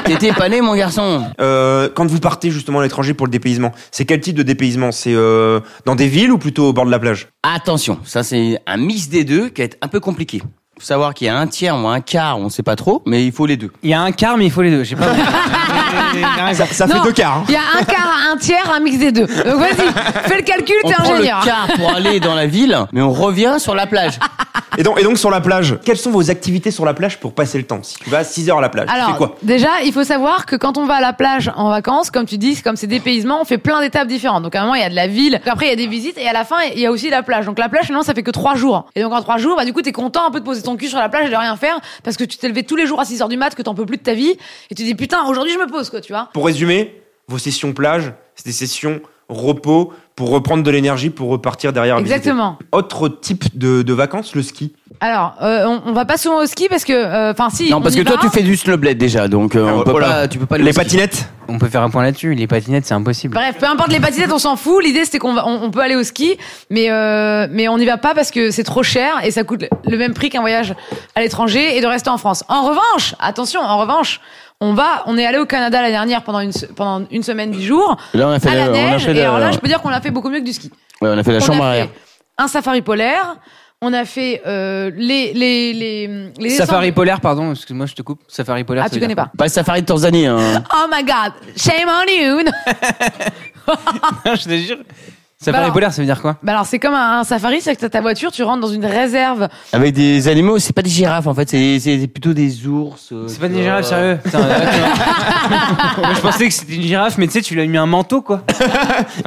Speaker 4: T'étais pas né, mon garçon.
Speaker 3: Euh, quand vous partez justement à l'étranger pour le dépaysement, c'est quel type de dépaysement C'est euh, dans des villes ou plutôt au bord de la plage
Speaker 4: Attention, ça c'est un mix des deux qui va être un peu compliqué. Faut savoir qu'il y a un tiers ou un quart, on sait pas trop, mais il faut les deux.
Speaker 1: Il y a un quart, mais il faut les deux. Je sais pas.
Speaker 3: Ça, ça
Speaker 2: Non.
Speaker 3: fait deux quarts. hein.
Speaker 2: Il y a un quart, un tiers, un mix des deux. Donc vas-y, fais le calcul,
Speaker 4: On
Speaker 2: t'es
Speaker 4: prend le
Speaker 2: ingénieur. Ah,
Speaker 4: quart pour aller dans la ville, mais on revient sur la plage.
Speaker 3: Et donc, et donc sur la plage, quelles sont vos activités sur la plage pour passer le temps Si tu vas 6 heures à la plage, tu fais
Speaker 2: Alors,
Speaker 3: quoi
Speaker 2: déjà, il faut savoir que quand on va à la plage en vacances, comme tu dis, comme c'est des paysements, on fait plein d'étapes différentes. Donc, à un moment, il y a de la ville, donc après, il y a des visites, et à la fin, il y a aussi la plage. Donc, la plage, finalement, ça fait que trois jours. Et donc, en trois jours, bah, du coup, t'es content un peu de poser ton cul sur la plage et de rien faire, parce que tu t'es levé tous les jours à 6 heures du mat, que t'en peux plus de ta vie, et tu dis, putain, aujourd'hui, je me pose, quoi, tu vois.
Speaker 3: Pour résumer, vos sessions plage, c'est des sessions repos pour reprendre de l'énergie pour repartir derrière. visiter.
Speaker 2: Exactement.
Speaker 3: Autre type de, de vacances, le ski.
Speaker 2: Alors, euh, on, on va pas souvent au ski parce que, euh, enfin, si.
Speaker 4: Non,
Speaker 2: on
Speaker 4: parce
Speaker 2: y
Speaker 4: que toi
Speaker 2: va.
Speaker 4: tu fais du snowblade déjà, donc euh,
Speaker 3: Ah,
Speaker 4: on peut
Speaker 3: voilà.
Speaker 4: pas, tu peux pas aller
Speaker 3: Les
Speaker 4: au ski.
Speaker 3: patinettes
Speaker 1: On peut faire un point là-dessus. Les patinettes, c'est impossible.
Speaker 2: Bref, peu importe les patinettes, on s'en fout. L'idée, c'était qu'on va, on, on peut aller au ski, mais euh, mais on n'y va pas parce que c'est trop cher et ça coûte le- le même prix qu'un voyage à l'étranger et de rester en France. En revanche, attention, en revanche, on va, on est allé au Canada l'année dernière pendant une se- pendant une semaine dix jours
Speaker 4: Là on a fait,
Speaker 2: à la
Speaker 4: la, on a
Speaker 2: neige
Speaker 4: fait,
Speaker 2: et
Speaker 4: la,
Speaker 2: alors là, je peux dire qu'on l'a fait beaucoup mieux que du ski.
Speaker 4: ouais, on a fait la
Speaker 2: On
Speaker 4: chambre
Speaker 2: a fait
Speaker 4: arrière.
Speaker 2: Un safari polaire. On a fait euh, les les les les
Speaker 1: Safari
Speaker 2: descentes-
Speaker 1: polaire, pardon, excuse-moi, je te coupe. Safari polaire.
Speaker 2: Ah,
Speaker 1: ça
Speaker 2: tu
Speaker 1: veut
Speaker 2: connais
Speaker 1: dire
Speaker 2: pas.
Speaker 4: Pas le safari de Tanzanie. Hein.
Speaker 2: Oh my god, shame on you.
Speaker 1: quoi Je te jure. Safari
Speaker 2: alors.
Speaker 1: polaire, ça veut dire quoi
Speaker 2: Bah alors c'est comme un, un safari, c'est que t'as ta voiture, tu rentres dans une réserve.
Speaker 4: Avec des animaux, c'est pas des girafes en fait, c'est- c'est plutôt des ours. euh,
Speaker 1: C'est pas
Speaker 4: tu
Speaker 1: une
Speaker 4: vois.
Speaker 1: girafe, sérieux. Putain, arrête. Moi, je pensais que c'était une girafe, mais tu sais, tu lui as mis un manteau, quoi.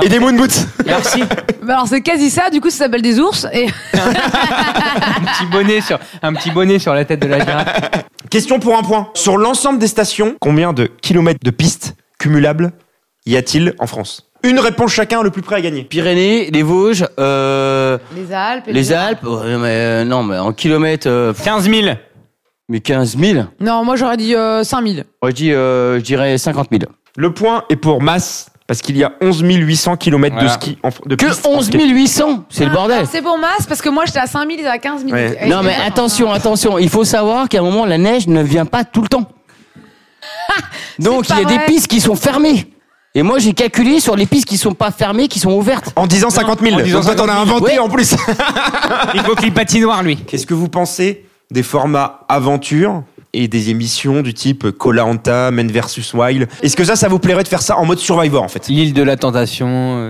Speaker 3: et des moon boots.
Speaker 1: Merci.
Speaker 2: Bah alors c'est quasi ça, du coup ça s'appelle des ours. Et
Speaker 1: Un petit bonnet sur, un petit bonnet sur la tête de la girafe.
Speaker 3: Question pour un point. Sur l'ensemble des stations, combien de kilomètres de pistes cumulables y a-t-il en France Une réponse chacun, le plus près à gagner.
Speaker 4: Pyrénées, les Vosges, euh,
Speaker 2: les Alpes. et
Speaker 4: les Alpes, ouais, mais, euh, non mais en kilomètres, euh, pff,
Speaker 1: 15 000.
Speaker 4: mais 15 000.
Speaker 2: Non, moi j'aurais dit euh, 5000.
Speaker 4: Moi je dis, euh, je dirais 50 000.
Speaker 3: Le point est pour masse parce qu'il y a 11 800 km de
Speaker 1: Voilà.
Speaker 3: ski en, de pistes
Speaker 4: Que
Speaker 3: en
Speaker 4: 11
Speaker 3: ski.
Speaker 4: 800, c'est le bordel.
Speaker 2: C'est pour masse parce que moi j'étais à 5000 et à 15000.
Speaker 3: Ouais.
Speaker 2: Et
Speaker 4: Non
Speaker 2: Ah, c'est-
Speaker 4: mais attention, attention, il faut savoir qu'à un moment la neige ne vient pas tout le temps. Donc
Speaker 2: pas
Speaker 4: il y a des
Speaker 2: vrai.
Speaker 4: pistes qui sont fermées. Et moi, j'ai calculé sur les pistes qui sont pas fermées, qui sont ouvertes.
Speaker 3: En disant 50 000.
Speaker 1: en disant
Speaker 3: Donc, toi, t'en as
Speaker 1: 50
Speaker 3: inventé
Speaker 4: Ouais.
Speaker 3: en plus.
Speaker 1: Il faut que les patinoires, lui.
Speaker 3: Qu'est-ce que vous pensez des formats aventure et des émissions du type Kola Anta, Men vs Wild Est-ce que ça, ça vous plairait de faire ça en mode Survivor en fait
Speaker 1: L'île de la tentation. euh,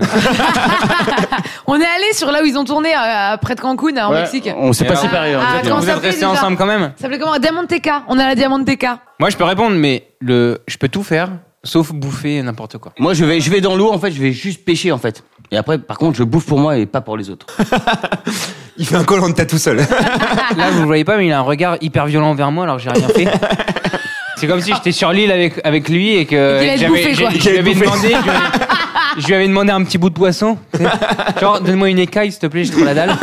Speaker 2: On est allé sur là où ils ont tourné, euh, près de Cancun, en Mexique.
Speaker 4: On s'est
Speaker 1: Et
Speaker 4: pas
Speaker 1: alors
Speaker 4: séparés.
Speaker 2: Ah,
Speaker 4: hein,
Speaker 2: Comment
Speaker 1: vous
Speaker 2: ça
Speaker 1: êtes
Speaker 2: fait,
Speaker 1: restés
Speaker 2: déjà
Speaker 1: ensemble quand même.
Speaker 2: Ça s'appelait comment Diamanteca. On est à la Diamanteca.
Speaker 1: Moi, je peux répondre, mais le, je peux tout faire, sauf bouffer n'importe quoi.
Speaker 4: Moi, je vais, je vais dans l'eau, en fait, je vais juste pêcher, en fait. Et après, par contre, je bouffe pour moi et pas pour les autres.
Speaker 3: Il fait un Koh Lanta tout seul.
Speaker 2: Ah.
Speaker 1: Là, vous le voyez pas, mais il a un regard hyper violent vers moi, alors que j'ai rien fait. C'est comme si j'étais sur l'île avec, avec lui et
Speaker 2: Et
Speaker 1: que
Speaker 2: qu'il allait te bouffer,
Speaker 1: j'avais-
Speaker 2: quoi.
Speaker 1: j'ai- je
Speaker 3: Qu'il
Speaker 1: lui
Speaker 3: allait
Speaker 1: avais
Speaker 3: te
Speaker 1: demandé. Je lui avais- je lui avais demandé un petit bout de poisson. tu sais. Genre, donne-moi une écaille, s'il te plaît, j'ai trop la dalle.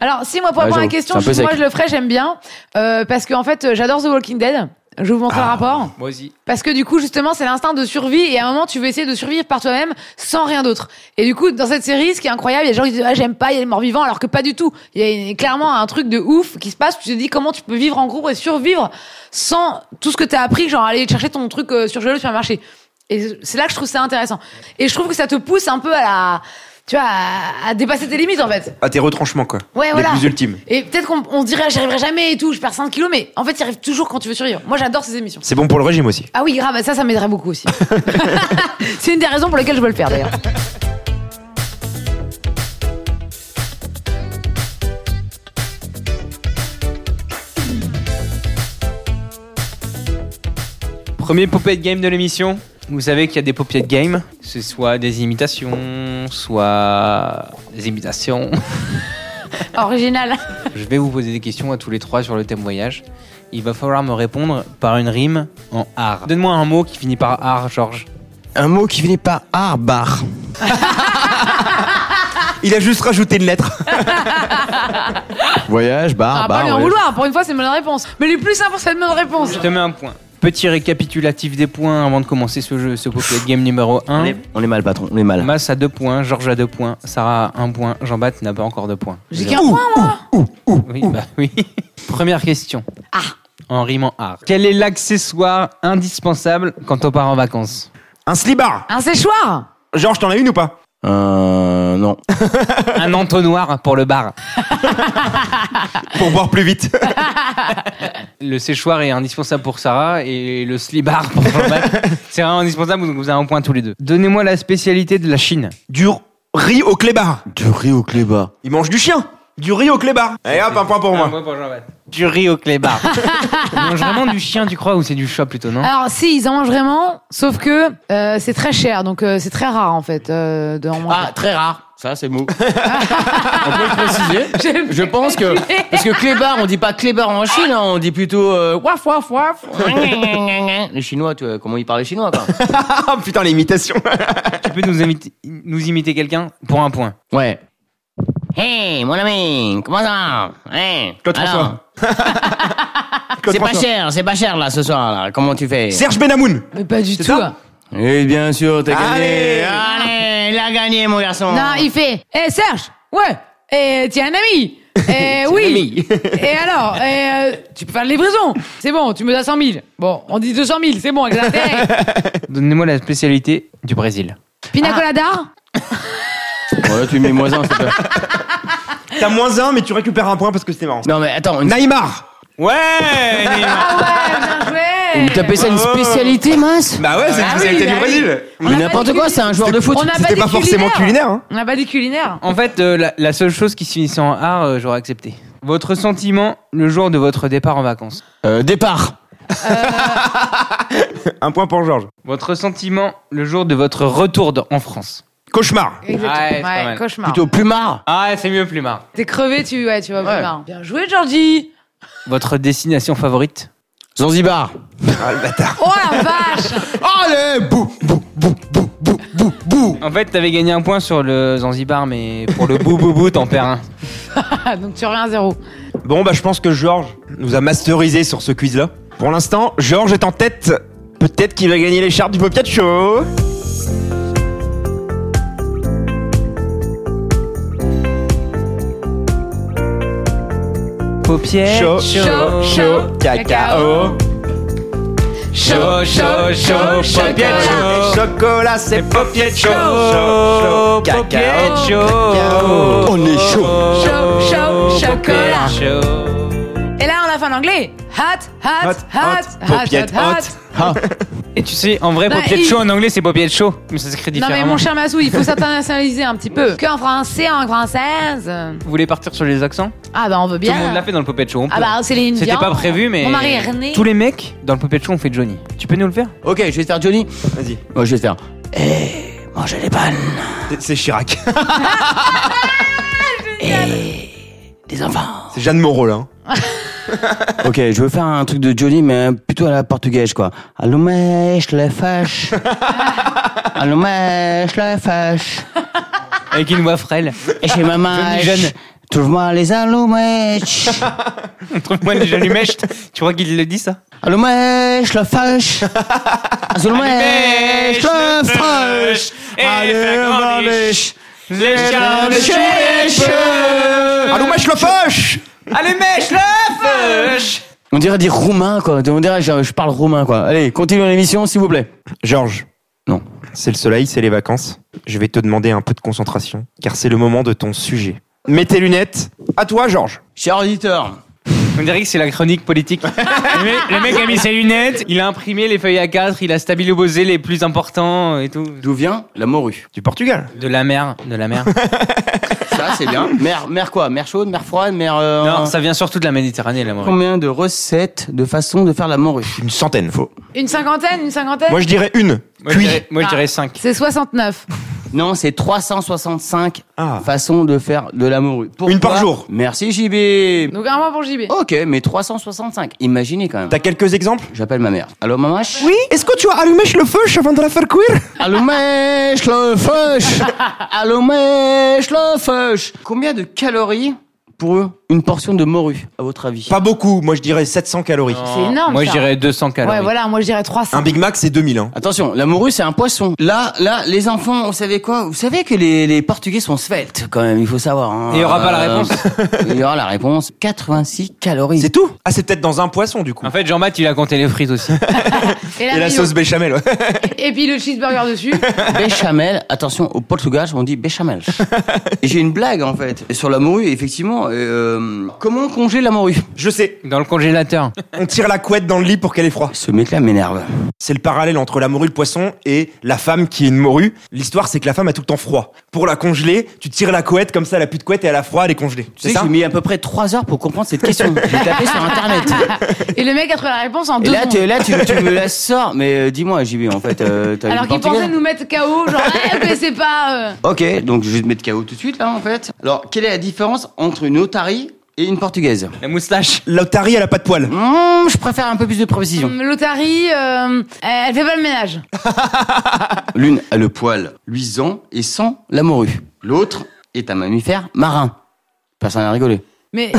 Speaker 2: Alors, si moi, pour
Speaker 4: Ouais,
Speaker 2: répondre à la
Speaker 4: j'avoue,
Speaker 2: question,
Speaker 4: c'est un peu
Speaker 2: je- moi
Speaker 4: sec.
Speaker 2: je le ferais, j'aime bien. Euh, parce que, en fait, euh, j'adore The Walking Dead. Je vous montre le
Speaker 4: Ah.
Speaker 2: rapport.
Speaker 1: Moi aussi.
Speaker 2: Parce que, du coup, justement, c'est l'instinct de survie. Et à un moment, tu veux essayer de survivre par toi-même sans rien d'autre. Et du coup, dans cette série, ce qui est incroyable, il y a des gens qui disent, ah, j'aime pas, il y a les morts vivants, alors que pas du tout. Il y a clairement un truc de ouf qui se passe. Tu te dis comment tu peux vivre en groupe et survivre sans tout ce que t'as appris, genre aller chercher ton truc euh, surgelé au supermarché. Et c'est là que je trouve ça intéressant. Et je trouve que ça te pousse un peu à la, tu vois, à- à dépasser tes limites, en fait.
Speaker 3: à tes retranchements quoi.
Speaker 2: Ouais,
Speaker 3: les
Speaker 2: voilà.
Speaker 3: plus ultimes.
Speaker 2: Et peut-être qu'on on se dirait j'y arriverai jamais et tout, je perds 5 kilos, mais en fait, y arrives toujours quand tu veux survivre. Moi, j'adore ces émissions.
Speaker 3: C'est bon pour le régime aussi.
Speaker 2: Ah oui, grave, ça, ça m'aiderait beaucoup aussi. C'est une des raisons pour lesquelles je veux le faire d'ailleurs.
Speaker 1: Premier poppet game de l'émission. Vous savez qu'il y a des poppet game. C'est soit des imitations, soit des imitations.
Speaker 2: Original.
Speaker 1: Je vais vous poser des questions à tous les trois sur le thème voyage. Il va falloir me répondre par une rime en art. Donne-moi un mot qui finit par art, Georges.
Speaker 4: Un mot qui finit par arbar.
Speaker 3: Il a juste rajouté une lettre.
Speaker 4: Voyage, bar,
Speaker 2: Ah,
Speaker 3: bah
Speaker 2: pas lui en vouloir, pour une fois, c'est une bonne réponse. Mais les plus simples, c'est une bonne réponse.
Speaker 1: Je te mets un point. Petit récapitulatif des points avant de commencer ce jeu, ce pocket game numéro
Speaker 4: On
Speaker 1: 1.
Speaker 4: est, on est mal, patron, on est mal.
Speaker 1: Mass a 2 points, Georges a 2 points, Sarah a 1 point, Jean-Baptiste n'a pas encore de points.
Speaker 2: J'ai qu'un point, moi.
Speaker 1: Oui, bah oui. Première question. En rime en art. Quel est l'accessoire indispensable quand on part en vacances
Speaker 3: Un slibard.
Speaker 2: Un séchoir.
Speaker 3: Georges, t'en as une ou pas
Speaker 4: Euh, non.
Speaker 1: Un entonnoir pour le bar.
Speaker 3: Pour boire plus vite.
Speaker 1: Le séchoir est indispensable pour Sarah et le slibard pour Jean-Baptiste. C'est vraiment indispensable, donc vous avez un point tous les deux. Donnez-moi la spécialité de la Chine.
Speaker 3: du riz au clébar.
Speaker 4: Du riz au cléba.
Speaker 3: Il mange du chien. Du riz au clébar. Et hop, un point pour moi.
Speaker 1: pour Jean-Baptiste. Du riz au clébar. Ils mangent vraiment du chien, tu crois, ou c'est du chat plutôt, non
Speaker 2: Alors, si, ils en mangent vraiment, sauf que euh, c'est très cher, donc euh, c'est très rare en fait euh, de en manger.
Speaker 4: Ah, très rare. Ça, c'est le mot. on peut le préciser.
Speaker 2: J'ai
Speaker 4: Je pense que.
Speaker 2: calculé.
Speaker 4: Parce que clébar, on dit pas clébar en Chine, hein, on dit plutôt. euh, waf, waf, waf. les Chinois, tu vois, comment ils parlent les Chinois, quoi.
Speaker 3: Ah putain, l'imitation.
Speaker 1: Tu peux nous, imiter- nous imiter quelqu'un pour un point.
Speaker 4: Ouais. Hey, mon ami, comment ça va Hey,
Speaker 3: Claude
Speaker 4: alors,
Speaker 3: François. Claude
Speaker 4: C'est pas
Speaker 3: François.
Speaker 4: cher, c'est pas cher là ce soir là. Comment tu fais
Speaker 3: Serge Benamoun.
Speaker 2: Mais pas du tout.
Speaker 4: Eh bien sûr, t'as
Speaker 3: Allez.
Speaker 4: gagné. Allez, il a gagné mon garçon.
Speaker 2: Non, il fait Eh Serge Ouais Eh tiens un ami Eh oui Et alors eh, euh, Tu peux faire de livraison C'est bon, tu me donnes 100 000. Bon, on dit 200 000, c'est bon, avec l'intérêt.
Speaker 1: Donnez-moi la spécialité du Brésil.
Speaker 2: Pina colada
Speaker 4: Voilà, tu mets moins un, c'est pas.
Speaker 3: T'as moins un, mais tu récupères un point parce que c'était marrant.
Speaker 4: Non mais attends, une...
Speaker 3: Neymar.
Speaker 1: Ouais
Speaker 2: Ah ouais, bien joué
Speaker 4: t'appelles ça une spécialité, mince
Speaker 3: Bah ouais, c'est
Speaker 2: Ah
Speaker 3: la
Speaker 2: oui,
Speaker 3: spécialité
Speaker 2: bah
Speaker 3: du
Speaker 2: oui.
Speaker 3: Brésil.
Speaker 2: On
Speaker 4: Mais
Speaker 2: a pas
Speaker 4: n'importe
Speaker 2: dit
Speaker 4: quoi,
Speaker 2: culinaire.
Speaker 4: c'est un joueur de foot.
Speaker 2: On n'a pas
Speaker 3: C'était
Speaker 2: dit
Speaker 3: pas forcément culinaire. hein.
Speaker 2: On n'a pas dit culinaire.
Speaker 1: En fait, euh, la, la seule chose qui se finissait en art, euh, j'aurais accepté. Votre sentiment le jour de votre départ en vacances.
Speaker 4: Euh, départ.
Speaker 3: Un point pour Georges.
Speaker 1: Votre sentiment le jour de votre retour de- en France.
Speaker 3: Cauchemar.
Speaker 2: Exactement.
Speaker 1: Ouais, c'est pas mal.
Speaker 2: cauchemar.
Speaker 4: Plutôt plus marre.
Speaker 1: Ah, c'est mieux plus marre.
Speaker 2: T'es crevé, tu, ouais, tu vois,
Speaker 4: Ouais.
Speaker 2: marrant. Bien joué, Georgie
Speaker 1: Votre destination favorite
Speaker 4: Zanzibar.
Speaker 3: Ah le bâtard.
Speaker 2: Oh la vache
Speaker 3: Allez, bou, bou, bou, bou, bou, bou, bou.
Speaker 1: En fait, t'avais gagné un point sur le Zanzibar, mais pour le bou bou bou, t'en perds un.
Speaker 2: Ah, Donc tu reviens à zéro.
Speaker 3: Bon, bah je pense que Georges nous a masterisé sur ce quiz-là. Pour l'instant, Georges est en tête. Peut-être qu'il va gagner l'écharpe du Popiat Show.
Speaker 1: Paupières.
Speaker 3: Chaud, chaud,
Speaker 2: Chaud,
Speaker 3: Eh, chaud,
Speaker 2: cacao.
Speaker 3: cacao.
Speaker 1: Chaud, chaud, chaud,
Speaker 2: Chocolat.
Speaker 1: chaud.
Speaker 3: Chocolat, c'est
Speaker 1: Popier chaud,
Speaker 3: Chaud, chaud,
Speaker 1: Popier
Speaker 3: cacao,
Speaker 1: chaud.
Speaker 4: On est chaud.
Speaker 2: Chaud, chaud, chocolat.
Speaker 1: Popier chaud.
Speaker 2: Et là, on a fait en anglais. Hot, hot,
Speaker 3: Hot,
Speaker 2: hot,
Speaker 3: hot,
Speaker 2: hot,
Speaker 3: paupiette,
Speaker 2: hot,
Speaker 3: hot.
Speaker 1: Et tu sais, en vrai,
Speaker 2: Non,
Speaker 1: popier
Speaker 2: il-
Speaker 1: chaud en anglais, c'est popier chaud. Mais ça s'écrit
Speaker 2: Bah, Non
Speaker 1: différemment.
Speaker 2: mais mon cher Massou, il faut s'internationaliser un petit peu. Qu'en français, en française. euh,
Speaker 1: Vous voulez partir sur les accents
Speaker 2: Ah bah on veut
Speaker 1: Tout le monde
Speaker 2: bien.
Speaker 1: l'a fait dans le popier show. on
Speaker 2: Ah
Speaker 1: peut.
Speaker 2: bah c'est les
Speaker 1: C'était pas prévu, mais.
Speaker 2: Mon mari est René.
Speaker 1: Tous les mecs dans le popier show ont fait Johnny. Tu peux nous le faire
Speaker 4: Ok, je vais te faire Johnny.
Speaker 3: Vas-y.
Speaker 4: Moi, je vais te faire. Eh, mangez les pannes.
Speaker 3: C'est- C'est Chirac.
Speaker 4: Des enfants.
Speaker 3: C'est Jeanne Moreau, là. hein.
Speaker 4: Ok, je veux faire un truc de Johnny, mais plutôt à la portugaise, quoi. Allô, mèche, les fâches. Allô, mèche, les fâches.
Speaker 1: Avec une voix frêle.
Speaker 4: Et chez maman,
Speaker 1: Johnny jeune.
Speaker 4: trouve-moi les allumèches.
Speaker 1: Trouve-moi les allumettes. Tu crois qu'il le dit ça
Speaker 4: Allumèches, le fâche. Allumèches, le fâche. Allez, mamèche.
Speaker 1: Les
Speaker 3: Allô, mèche le poche
Speaker 1: Allumèche, le fâche
Speaker 4: On dirait des roumains, quoi. On dirait, je, je parle roumain, quoi. Allez, continuons l'émission, s'il vous plaît.
Speaker 3: Georges.
Speaker 4: Non.
Speaker 3: C'est le soleil, c'est les vacances. Je vais te demander un peu de concentration, car c'est le moment de ton sujet. Mets tes lunettes. À toi, Georges.
Speaker 4: Cher auditeur.
Speaker 1: On dirait que c'est la chronique politique. le, mec, le mec a mis ses lunettes, il a imprimé les feuilles A4, il a stabilisé les plus importants et tout.
Speaker 4: D'où vient la morue
Speaker 3: Du Portugal.
Speaker 1: De la mer, de la mer.
Speaker 4: Ça, c'est bien. Mer, mer quoi Mer chaude, mer froide, mer... euh,
Speaker 1: non, ça vient surtout de la Méditerranée, la morue.
Speaker 4: Combien de recettes de façon de faire la morue
Speaker 3: Une centaine, faux.
Speaker 2: Une cinquantaine, une cinquantaine.
Speaker 3: Moi, je dirais une.
Speaker 1: Moi, je
Speaker 3: Cuit.
Speaker 1: dirais- moi, je dirais 5.
Speaker 2: C'est 69.
Speaker 4: Non, c'est 365
Speaker 3: Ah.
Speaker 4: façons de faire de la morue.
Speaker 3: Une par
Speaker 4: Pourquoi
Speaker 3: jour.
Speaker 4: Merci JB.
Speaker 2: Donc un mois pour JB.
Speaker 1: Oh.
Speaker 4: Ok, mais 365. Imaginez quand même.
Speaker 3: T'as quelques exemples
Speaker 4: J'appelle ma mère. Allô mamache
Speaker 3: Oui. Est-ce que tu as allumé le feu avant de la faire cuire
Speaker 4: Allô mèche le feuche Allô mèche le feuche Combien de calories pour une portion de morue, à votre avis
Speaker 3: Pas beaucoup. Moi, je dirais 700 calories.
Speaker 2: C'est énorme,
Speaker 1: Moi,
Speaker 2: Ah, ça.
Speaker 1: je dirais 200 calories.
Speaker 2: Ouais, voilà, moi je dirais
Speaker 3: Un
Speaker 2: 300.
Speaker 3: Big Mac, c'est 2000. Hein.
Speaker 4: Attention, la morue c'est un poisson. Là, là, les enfants, vous savez quoi Vous savez que les, les Portugais sont sveltes quand même, il faut savoir. hein.
Speaker 1: Il y aura pas la réponse.
Speaker 4: Il y aura la réponse. 86 calories.
Speaker 3: C'est tout Ah, c'est peut-être dans un poisson, du coup.
Speaker 1: En fait, Jean-Baptiste, il a compté les frites aussi.
Speaker 2: la
Speaker 3: Et la
Speaker 2: mayo.
Speaker 3: sauce béchamel. ouais.
Speaker 2: Et puis le cheeseburger dessus.
Speaker 4: Béchamel, attention, au Portugal, on dit béchamel. Et J'ai une blague, en fait, sur la morue, effectivement. euh, comment congeler la morue
Speaker 3: Je sais.
Speaker 1: Dans le congélateur.
Speaker 3: On tire la couette dans le lit pour qu'elle ait froid.
Speaker 4: Ce mec-là m'énerve.
Speaker 3: C'est le parallèle entre la morue de poisson et la femme qui est une morue. L'histoire, c'est que la femme a tout le temps froid. Pour la congeler, tu tires la couette, comme ça, elle a plus de couette et elle a froid, elle est congelée.
Speaker 4: Tu
Speaker 3: C'est
Speaker 4: sais,
Speaker 3: ça
Speaker 4: j'ai mis à peu près 3 heures pour comprendre cette question. J'ai tapé sur Internet.
Speaker 2: Et le mec a trouvé la réponse en
Speaker 4: Et
Speaker 2: deux
Speaker 4: là, tu,
Speaker 2: secondes.
Speaker 4: là, tu, tu me la sors. Mais euh, dis-moi, JB, en fait, euh, t'as
Speaker 2: Alors
Speaker 4: une
Speaker 2: qu'il
Speaker 4: Portugaise
Speaker 2: pensait nous mettre KO, genre, eh, mais c'est pas. euh.
Speaker 4: Ok, donc je vais te mettre KO tout de suite, là, en fait. Alors, quelle est la différence entre une otarie et une portugaise
Speaker 1: La moustache.
Speaker 3: L'otarie, elle a pas de poils.
Speaker 4: Hmm, Je préfère un peu plus de précision.
Speaker 2: Hum, L'otarie, euh, elle fait pas le ménage.
Speaker 4: L'une a le poil luisant et sans la morue. L'autre est un mammifère marin. Personne n'a rigolé.
Speaker 2: Mais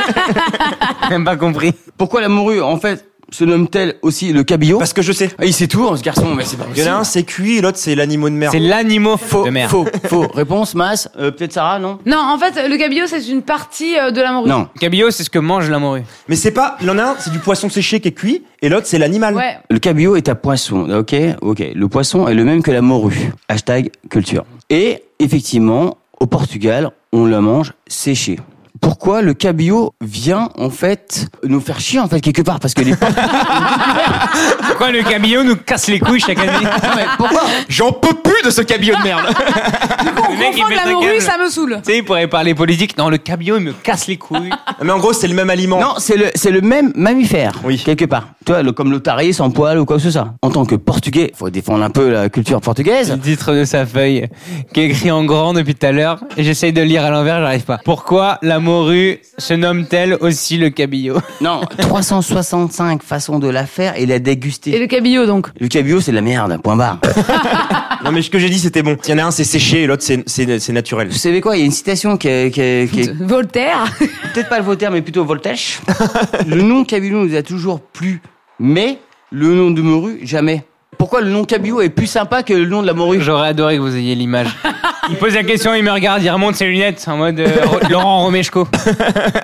Speaker 1: Même pas compris.
Speaker 4: Pourquoi la morue, en fait, se nomme-t-elle aussi le cabillaud
Speaker 3: Parce que je sais.
Speaker 4: Ah, Il sait tout, hein, ce garçon, mais c'est pas
Speaker 3: Il y en a un, c'est cuit, et l'autre, c'est l'animal de mer.
Speaker 1: C'est l'animal
Speaker 4: Faux,
Speaker 1: faux. De mer.
Speaker 4: faux, faux. Réponse, masse, euh, peut-être Sarah, non
Speaker 2: non, en fait, le cabillaud, c'est une partie euh, de la morue.
Speaker 4: Non.
Speaker 1: Cabillaud, c'est ce que mange la morue.
Speaker 3: Mais c'est pas, il y en a un, c'est du poisson séché qui est cuit, et l'autre, c'est l'animal.
Speaker 2: Ouais.
Speaker 4: Le cabillaud est un poisson, ok Ok. Le poisson est le même que la morue. Hashtag culture. Et effectivement, au Portugal, on la mange séchée. Pourquoi le cabillaud vient en fait nous faire chier en fait quelque part parce que les Portugais-
Speaker 1: Pourquoi le cabillaud nous casse les couilles chaque année
Speaker 4: Non, mais pourquoi
Speaker 3: J'en peux plus de ce cabillaud de merde.
Speaker 1: Le mec, il
Speaker 2: Comprendre la
Speaker 1: pète un
Speaker 2: morue,
Speaker 1: câble.
Speaker 2: ça me saoule.
Speaker 1: Tu sais, il pourrait parler politique. Non, le cabillaud, il me casse les couilles.
Speaker 3: Mais en gros, c'est le même aliment.
Speaker 4: Non, c'est le, c'est le même mammifère.
Speaker 3: Oui.
Speaker 4: Quelque part. Tu vois, le, comme l'otarie sans poil ou quoi que ce soit. En tant que portugais, faut défendre un peu la culture
Speaker 1: C'est
Speaker 4: portugaise.
Speaker 1: le titre de sa feuille qui est écrit en grand depuis tout à l'heure. Et j'essaye de lire à l'envers, j'arrive pas. Pourquoi la morue se nomme-t-elle aussi le cabillaud
Speaker 4: Non, 365 façons de la faire et la
Speaker 2: Et
Speaker 4: déguster.
Speaker 2: le cabillaud, donc.
Speaker 4: Le cabillaud, c'est de la merde, point barre.
Speaker 3: Non, mais ce que j'ai dit, c'était bon. Il y en a un, c'est séché, et l'autre, c'est- c'est c'est naturel.
Speaker 4: Vous savez quoi, il y a une citation qui est, qui est- qui est-
Speaker 2: euh, Voltaire.
Speaker 4: peut-être pas le Voltaire, mais plutôt Voltaire. le nom cabillaud nous a toujours plu, mais le nom de morue, jamais. Pourquoi le nom cabillaud est plus sympa que le nom de la morue
Speaker 1: J'aurais adoré que vous ayez l'image. Il pose la question, il me regarde, il remonte ses lunettes en mode euh, Ro- Laurent Romeshko.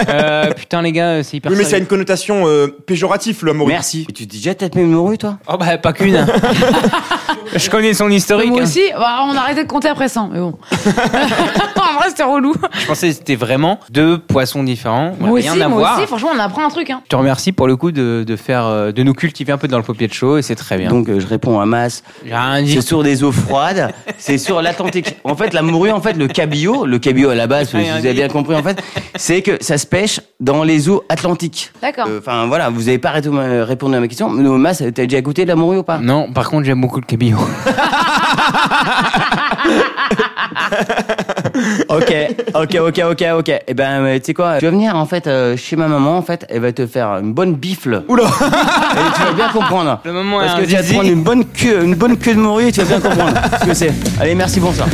Speaker 1: Euh, putain, les gars, c'est hyper
Speaker 9: Oui, mais ça a
Speaker 1: sérieux.
Speaker 9: une connotation euh, péjorative, le mot.
Speaker 4: Merci. Mais tu t'es déjà tapé une morue, toi
Speaker 1: Oh bah, pas qu'une. hein. Je connais son historique.
Speaker 2: Moi
Speaker 1: hein.
Speaker 2: aussi, bah, on a arrêté de compter après 100, mais bon. en vrai, c'était relou.
Speaker 1: Je pensais que c'était vraiment deux poissons différents.
Speaker 2: moi
Speaker 1: rien
Speaker 2: aussi,
Speaker 1: à
Speaker 2: moi
Speaker 1: voir.
Speaker 2: aussi, franchement, on apprend un truc. Hein.
Speaker 1: Je te remercie pour le coup de, de faire, euh, de nous cultiver un peu dans le papier de chaud et c'est très bien.
Speaker 4: Donc euh, je réponds à masse.
Speaker 1: J'ai rien dit.
Speaker 4: C'est sur des eaux froides, c'est sur l'Atlantique. En fait, la morue, en fait, le cabillaud, le cabillaud à la base, si vous avez bien compris, en fait, c'est que ça se pêche dans les eaux atlantiques.
Speaker 2: D'accord.
Speaker 4: Euh, Enfin voilà, vous avez pas arrêté de me répondre à ma question. Mais Mas, t'as déjà goûté de la morue ou pas
Speaker 1: Non, par contre, j'aime beaucoup le cabillaud.
Speaker 4: Ok, ok, ok, ok, ok. Et ben, euh, tu sais quoi, tu vas venir en fait euh, chez ma maman, en fait, elle va te faire une bonne bifle. Oula Et tu vas bien comprendre.
Speaker 1: Le moment est
Speaker 4: Parce que
Speaker 1: un
Speaker 4: tu vas te
Speaker 1: zizi.
Speaker 4: prendre une bonne queue, une bonne queue de morue et tu vas bien comprendre ce que c'est. Allez, merci, bonsoir.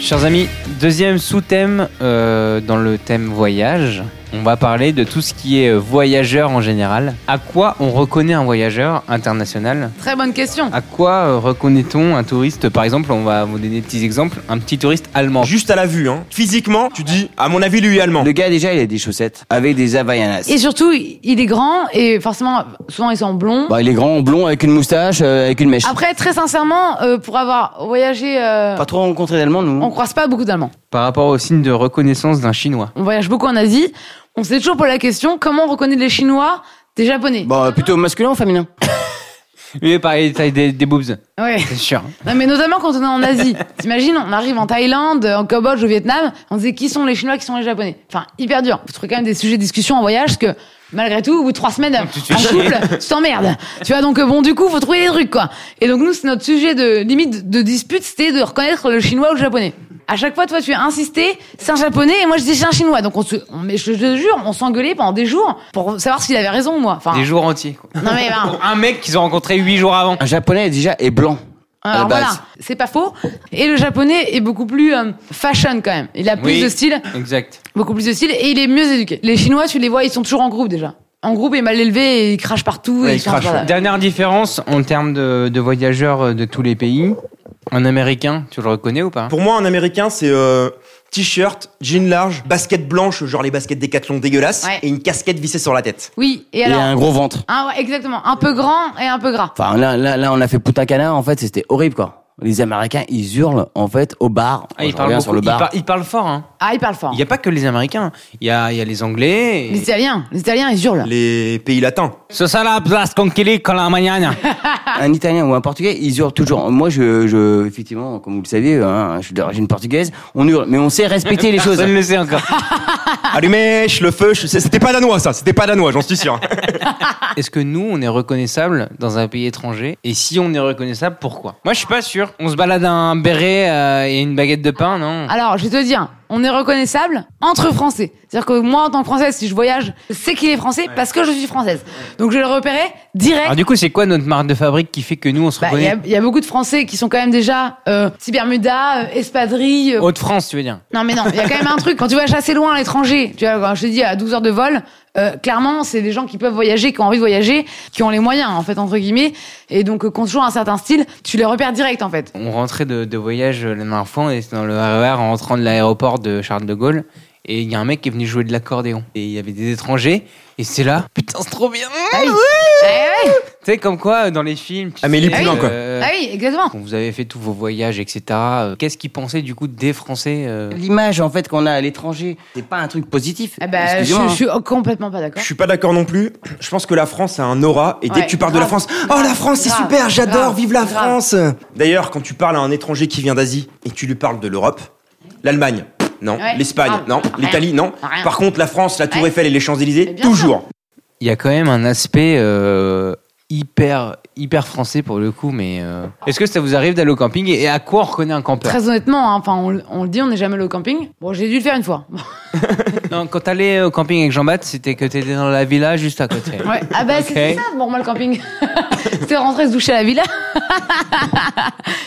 Speaker 1: Chers amis, deuxième sous-thème euh, dans le thème voyage. On va parler de tout ce qui est euh, voyageur en général. À quoi on reconnaît un voyageur international
Speaker 2: Très bonne question.
Speaker 4: ah,
Speaker 1: À quoi euh, reconnaît-on un touriste Par exemple, on va vous donner des petits exemples. Un petit touriste allemand.
Speaker 9: Juste à la vue, hein. Physiquement, tu dis, à mon avis, lui est allemand.
Speaker 4: Le gars, déjà, il a des chaussettes avec des Havaianas.
Speaker 2: Et surtout, il est grand et forcément, souvent, ils sont blonds.
Speaker 4: Bah, il est grand, blond, avec une moustache, euh, avec une mèche.
Speaker 2: Après, très sincèrement, euh, pour avoir voyagé, euh,
Speaker 4: Pas trop rencontré d'Allemands, nous.
Speaker 2: on croise pas beaucoup d'Allemands.
Speaker 1: Par rapport au signe de reconnaissance d'un Chinois.
Speaker 2: On voyage beaucoup en Asie. On s'est toujours posé la question comment on reconnaît les Chinois des Japonais
Speaker 4: Bon, euh, plutôt masculin ou féminin
Speaker 1: Lui, pareil, taille des, des boobs,
Speaker 2: Ouais.
Speaker 1: c'est sûr.
Speaker 2: Non, mais notamment quand on est en Asie. T'imagines, on arrive en Thaïlande, en Cambodge, au Vietnam, on se dit qui sont les Chinois, qui sont les Japonais. Enfin, hyper dur. Faut trouver quand même des sujets de discussion en voyage, parce que malgré tout, au bout de trois semaines,
Speaker 1: te fais
Speaker 2: en
Speaker 1: chier.
Speaker 2: couple, tu t'emmerdes. Tu vois, donc euh, bon, du coup, faut trouver des trucs, quoi. Et donc nous, c'est notre sujet de limite de dispute, c'était de reconnaître le Chinois ou le Japonais. À chaque fois, toi, tu insistais, c'est un Japonais, et moi, je dis c'est un Chinois. Donc on se, on- mais je te jure, on s'engueulait pendant des jours pour savoir s'il avait raison ou moi. Enfin,
Speaker 1: Des jours entiers. quoi.
Speaker 2: non mais ben,
Speaker 1: Ah. Pour un mec qu'ils ont rencontré huit jours avant.
Speaker 4: Un japonais, déjà, est blanc. à
Speaker 2: Hein,
Speaker 4: la
Speaker 2: Alors
Speaker 4: base.
Speaker 2: voilà, c'est pas faux. Et le japonais est beaucoup plus euh, fashion quand même. Il a plus
Speaker 1: Oui.
Speaker 2: de style,
Speaker 1: Exact.
Speaker 2: beaucoup plus de style, et il est mieux éduqué. Les Chinois, tu les vois, ils sont toujours en groupe déjà. En groupe, et mal élevés, et ils crachent partout. et
Speaker 9: Ouais, ils
Speaker 2: sont-
Speaker 9: crachent,
Speaker 2: voilà.
Speaker 1: Dernière différence en termes de, de voyageurs euh, de tous les pays. Un Américain, tu le reconnais ou pas
Speaker 9: Pour moi, un américain, c'est euh, t-shirt, jean large, basket blanche, genre les baskets décathlon dégueulasses,
Speaker 2: Ouais.
Speaker 9: et une casquette vissée sur la tête.
Speaker 2: Oui, et
Speaker 4: Il
Speaker 2: alors,
Speaker 4: a un gros ventre.
Speaker 2: Ah ouais, exactement, un peu grand et un peu gras.
Speaker 4: Enfin, là, là, là, on a fait Punta Cana, en fait, c'était horrible, quoi. Les Américains, ils hurlent, en fait, au bar.
Speaker 1: Ah, il
Speaker 4: Je
Speaker 1: parle
Speaker 4: reviens
Speaker 1: beaucoup.
Speaker 4: sur le
Speaker 1: Il
Speaker 4: bar.
Speaker 1: par- il parle fort. hein.
Speaker 2: Ah, ils parlent fort.
Speaker 1: Il n'y a pas que les Américains. Il y a, il y a les Anglais.
Speaker 2: Les Italiens, les Italiens, ils hurlent.
Speaker 9: Les pays latins.
Speaker 1: Ce sera la place conquilée quand la mañana.
Speaker 4: Un Italien ou un Portugais, ils hurlent toujours. Moi, je, je effectivement, comme vous le savez, hein, je suis d'origine portugaise, on hurle. Mais on sait respecter les choses.
Speaker 1: Personne ne le sait encore.
Speaker 9: Allumèche, le feu, je- c'était pas danois ça, c'était pas danois, j'en suis sûr.
Speaker 1: Est-ce que nous, on est reconnaissable dans un pays étranger Et si on est reconnaissable, pourquoi Moi, je suis pas sûr. On se balade un béret euh, et une baguette de pain, non
Speaker 2: Alors, je vais te dire, on est reconnaissable entre Français. C'est-à-dire que moi, en tant que Française, si je voyage, je sais qu'il est Français parce que je suis Française. Donc, je vais le repérer direct.
Speaker 1: Alors du coup, c'est quoi notre marque de fabrique qui fait que nous, on se
Speaker 2: Bah, Il y,
Speaker 1: reconnaît
Speaker 2: a- il y a beaucoup de Français qui sont quand même déjà euh, petits Bermuda, euh, espadrilles. euh.
Speaker 1: Haute-France, tu veux dire
Speaker 2: Non mais non, il y a quand même un truc. Quand tu vas chasser loin à l'étranger, tu vois, quand je te dis à 12 heures de vol, euh, clairement, c'est des gens qui peuvent voyager, qui ont envie de voyager, qui ont les moyens, en fait, entre guillemets, et donc euh, qui ont toujours un certain style, tu les repères direct, en fait.
Speaker 1: On rentrait de, de voyage euh, la dernière fois, on était dans le RER en rentrant de l'aéroport de Charles de Gaulle. Et il y a un mec qui est venu jouer de l'accordéon. Et il y avait des étrangers. Et c'est là. Putain, c'est trop bien.
Speaker 2: Ah oui, ah oui,
Speaker 1: Tu sais, comme quoi, euh, dans les films. tu
Speaker 9: Amélie
Speaker 1: sais,
Speaker 9: Poulain, quoi.
Speaker 1: euh,
Speaker 2: ah oui, exactement.
Speaker 1: Quand vous avez fait tous vos voyages, etc., euh, qu'est-ce qu'ils pensaient du coup des Français euh
Speaker 4: L'image, en fait, qu'on a à l'étranger, c'est pas un truc positif.
Speaker 2: Ah bah, je,
Speaker 4: Excusez-moi, hein.
Speaker 2: je suis complètement pas d'accord.
Speaker 9: Je suis pas d'accord non plus. Je pense que la France a un aura et dès
Speaker 2: Ouais,
Speaker 9: que tu parles de la
Speaker 2: grave,
Speaker 9: France, oh la
Speaker 2: grave,
Speaker 9: France c'est
Speaker 2: grave,
Speaker 9: super, j'adore,
Speaker 2: grave,
Speaker 9: vive la
Speaker 2: grave.
Speaker 9: France. D'ailleurs, quand tu parles à un étranger qui vient d'Asie et tu lui parles de l'Europe, l'Allemagne, non,
Speaker 2: Ouais,
Speaker 9: l'Espagne,
Speaker 2: grave,
Speaker 9: non,
Speaker 2: rien,
Speaker 9: l'Italie, non.
Speaker 2: rien.
Speaker 9: Par contre, la France, la Tour
Speaker 2: Ouais.
Speaker 9: Eiffel et les
Speaker 2: Mais
Speaker 9: Champs-Élysées,
Speaker 2: bien sûr.
Speaker 9: toujours.
Speaker 1: Il y a quand même un aspect euh, hyper, hyper français pour le coup, mais euh, est-ce que ça vous arrive d'aller au camping et et à quoi on reconnaît un campeur
Speaker 2: Très honnêtement, hein, enfin, on, on le dit, on n'est jamais allé au camping. Bon, j'ai dû le faire une fois.
Speaker 1: Non, quand t'allais au camping avec Jean-Baptiste, c'était que t'étais dans la villa juste à côté.
Speaker 2: Ouais. Ah bah
Speaker 1: Ok.
Speaker 2: c'était ça, bon, moi le camping. c'était rentrer se doucher à la villa.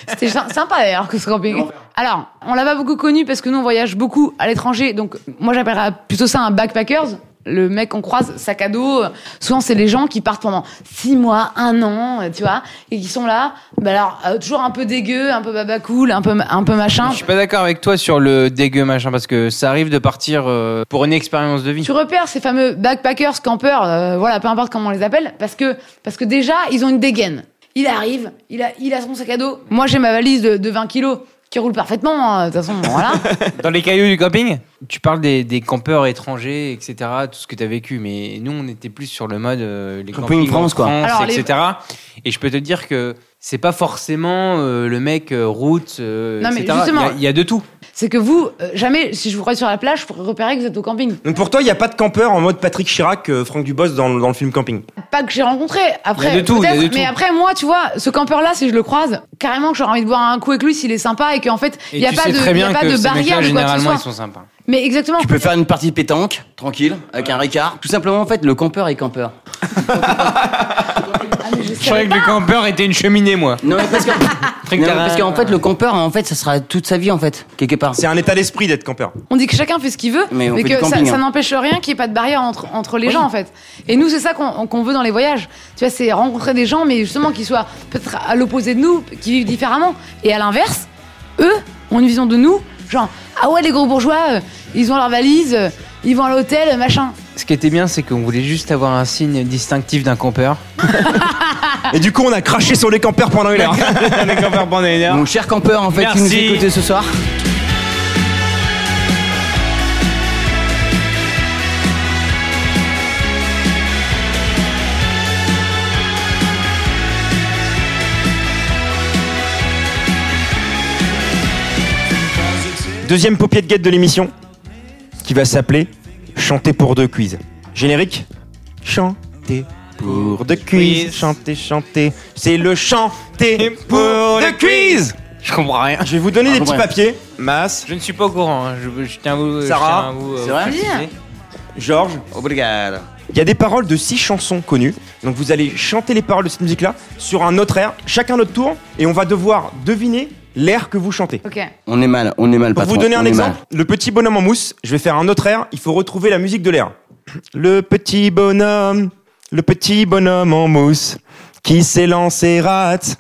Speaker 2: c'était sy- sympa d'ailleurs que ce camping. Alors, on l'a pas beaucoup connu parce que nous, on voyage beaucoup à l'étranger. Donc, moi, j'appellerais plutôt ça un backpackers. Le mec qu'on croise, sac à dos. Souvent, c'est les gens qui partent pendant six mois, un an, euh, tu vois, et qui sont là. Bah alors, euh, toujours un peu dégueu, un peu baba cool, un peu, un peu machin.
Speaker 1: Je suis pas d'accord avec toi sur le dégueu machin parce que ça arrive de partir euh, pour une expérience de vie.
Speaker 2: Tu repères ces fameux backpackers, campeurs, euh, voilà, peu importe comment on les appelle, parce que, parce que déjà, ils ont une dégaine. Il arrive, il a, il a son sac à dos. Moi, j'ai ma valise de, de 20 kilos qui roule parfaitement, hein, de toute façon, voilà.
Speaker 1: Dans les cailloux du camping, tu parles des, des campeurs étrangers, etc., tout ce que tu as vécu, mais nous, on était plus sur le mode euh, les
Speaker 4: Camping
Speaker 1: campings
Speaker 4: France,
Speaker 1: en
Speaker 4: quoi.
Speaker 2: Alors, les-
Speaker 1: etc. Et je peux te dire que c'est pas forcément euh, le mec euh, route, euh,
Speaker 2: Non, mais
Speaker 1: etc. Il y
Speaker 2: justement.
Speaker 1: a- il y, a de tout.
Speaker 2: C'est que vous, euh, jamais, si je vous croise sur la plage, je pourrais repérer que vous êtes au camping.
Speaker 3: Donc pour toi, il n'y a pas de campeur en mode Patrick Chirac, euh, Franck Dubos dans, le- dans le film Camping.
Speaker 2: Pas que j'ai rencontré. Après,
Speaker 1: Il y a de tout, il y a
Speaker 2: peut-être,
Speaker 1: de
Speaker 2: mais
Speaker 1: tout.
Speaker 2: après, moi, tu vois, ce campeur-là, si je le croise, carrément que j'aurais envie de boire un coup avec lui s'il est sympa et qu'en fait,
Speaker 1: Et
Speaker 2: il n'y a
Speaker 1: tu
Speaker 2: pas
Speaker 1: sais
Speaker 2: de,
Speaker 1: très
Speaker 2: il y
Speaker 1: bien
Speaker 2: a pas
Speaker 1: que
Speaker 2: de
Speaker 1: ces mecs-là,
Speaker 2: barrière de quoi que ce
Speaker 1: généralement,
Speaker 2: soit.
Speaker 1: ils sont sympas.
Speaker 2: Mais exactement.
Speaker 4: Tu peux faire une partie de pétanque, tranquille, avec un Ricard. Tout simplement, en fait, le campeur est campeur.
Speaker 2: Ah, mais
Speaker 1: Je
Speaker 2: je
Speaker 1: croyais
Speaker 2: savais
Speaker 1: que le
Speaker 2: pas.
Speaker 1: campeur était une cheminée, moi.
Speaker 4: Non, mais parce que-
Speaker 1: Très
Speaker 4: non, mais
Speaker 1: carré.
Speaker 4: parce qu'en fait, le campeur, en fait, ça sera toute sa vie, en fait, quelque part.
Speaker 3: C'est un état d'esprit d'être campeur.
Speaker 2: On dit que chacun fait ce qu'il veut,
Speaker 4: Mais
Speaker 2: mais,
Speaker 4: on fait
Speaker 2: que
Speaker 4: du
Speaker 2: ça-
Speaker 4: camping,
Speaker 2: ça,
Speaker 4: hein.
Speaker 2: n'empêche rien qu'il n'y ait pas de barrière entre, entre les gens, en fait. Et nous, c'est ça qu'on qu'on veut dans les voyages. Tu vois, c'est rencontrer des gens, mais justement, qui soient peut-être à l'opposé de nous, qui vivent différemment. Et à l'inverse, eux ont une vision de nous, genre, ah ouais, les gros bourgeois, euh, ils ont leur valise, euh, ils vont à l'hôtel, euh, machin.
Speaker 1: Ce qui était bien, c'est qu'on voulait juste avoir un signe distinctif d'un campeur.
Speaker 3: Et du coup, on a craché sur les campeurs pendant une heure.
Speaker 1: Un campeur bandana.
Speaker 4: Mon cher campeur, en fait, qui nous
Speaker 1: Merci.
Speaker 4: écoutait ce soir.
Speaker 3: Deuxième paupier de guette de l'émission, qui va s'appeler Chanter pour deux quiz. Générique Chanter pour deux quiz.
Speaker 1: Quiz.
Speaker 3: Chanter, chanter. C'est le chanter pour deux quiz
Speaker 1: Je comprends rien.
Speaker 3: Je vais vous donner des
Speaker 4: Ah, ouais.
Speaker 3: petits papiers. Masse,
Speaker 1: Je ne suis pas au courant. hein. Je, je tiens à vous. je
Speaker 3: Sarah,
Speaker 1: tiens à vous, euh,
Speaker 4: c'est vrai
Speaker 1: préciser.
Speaker 3: Georges.
Speaker 4: Obrigado.
Speaker 3: Il y a des paroles de six chansons connues. Donc vous allez chanter les paroles de cette musique-là sur un autre air, chacun notre tour, et on va devoir deviner l'air que vous chantez.
Speaker 2: Ok.
Speaker 4: On est mal, on est mal,
Speaker 3: Pour
Speaker 4: patron.
Speaker 3: vous donner un
Speaker 4: on est
Speaker 3: exemple,
Speaker 4: mal.
Speaker 3: le petit bonhomme en mousse, je vais faire un autre air, il faut retrouver la musique de l'air. Le petit bonhomme, le petit bonhomme en mousse, qui s'élance et rate,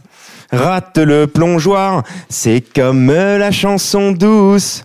Speaker 3: rate le plongeoir, c'est comme la chanson douce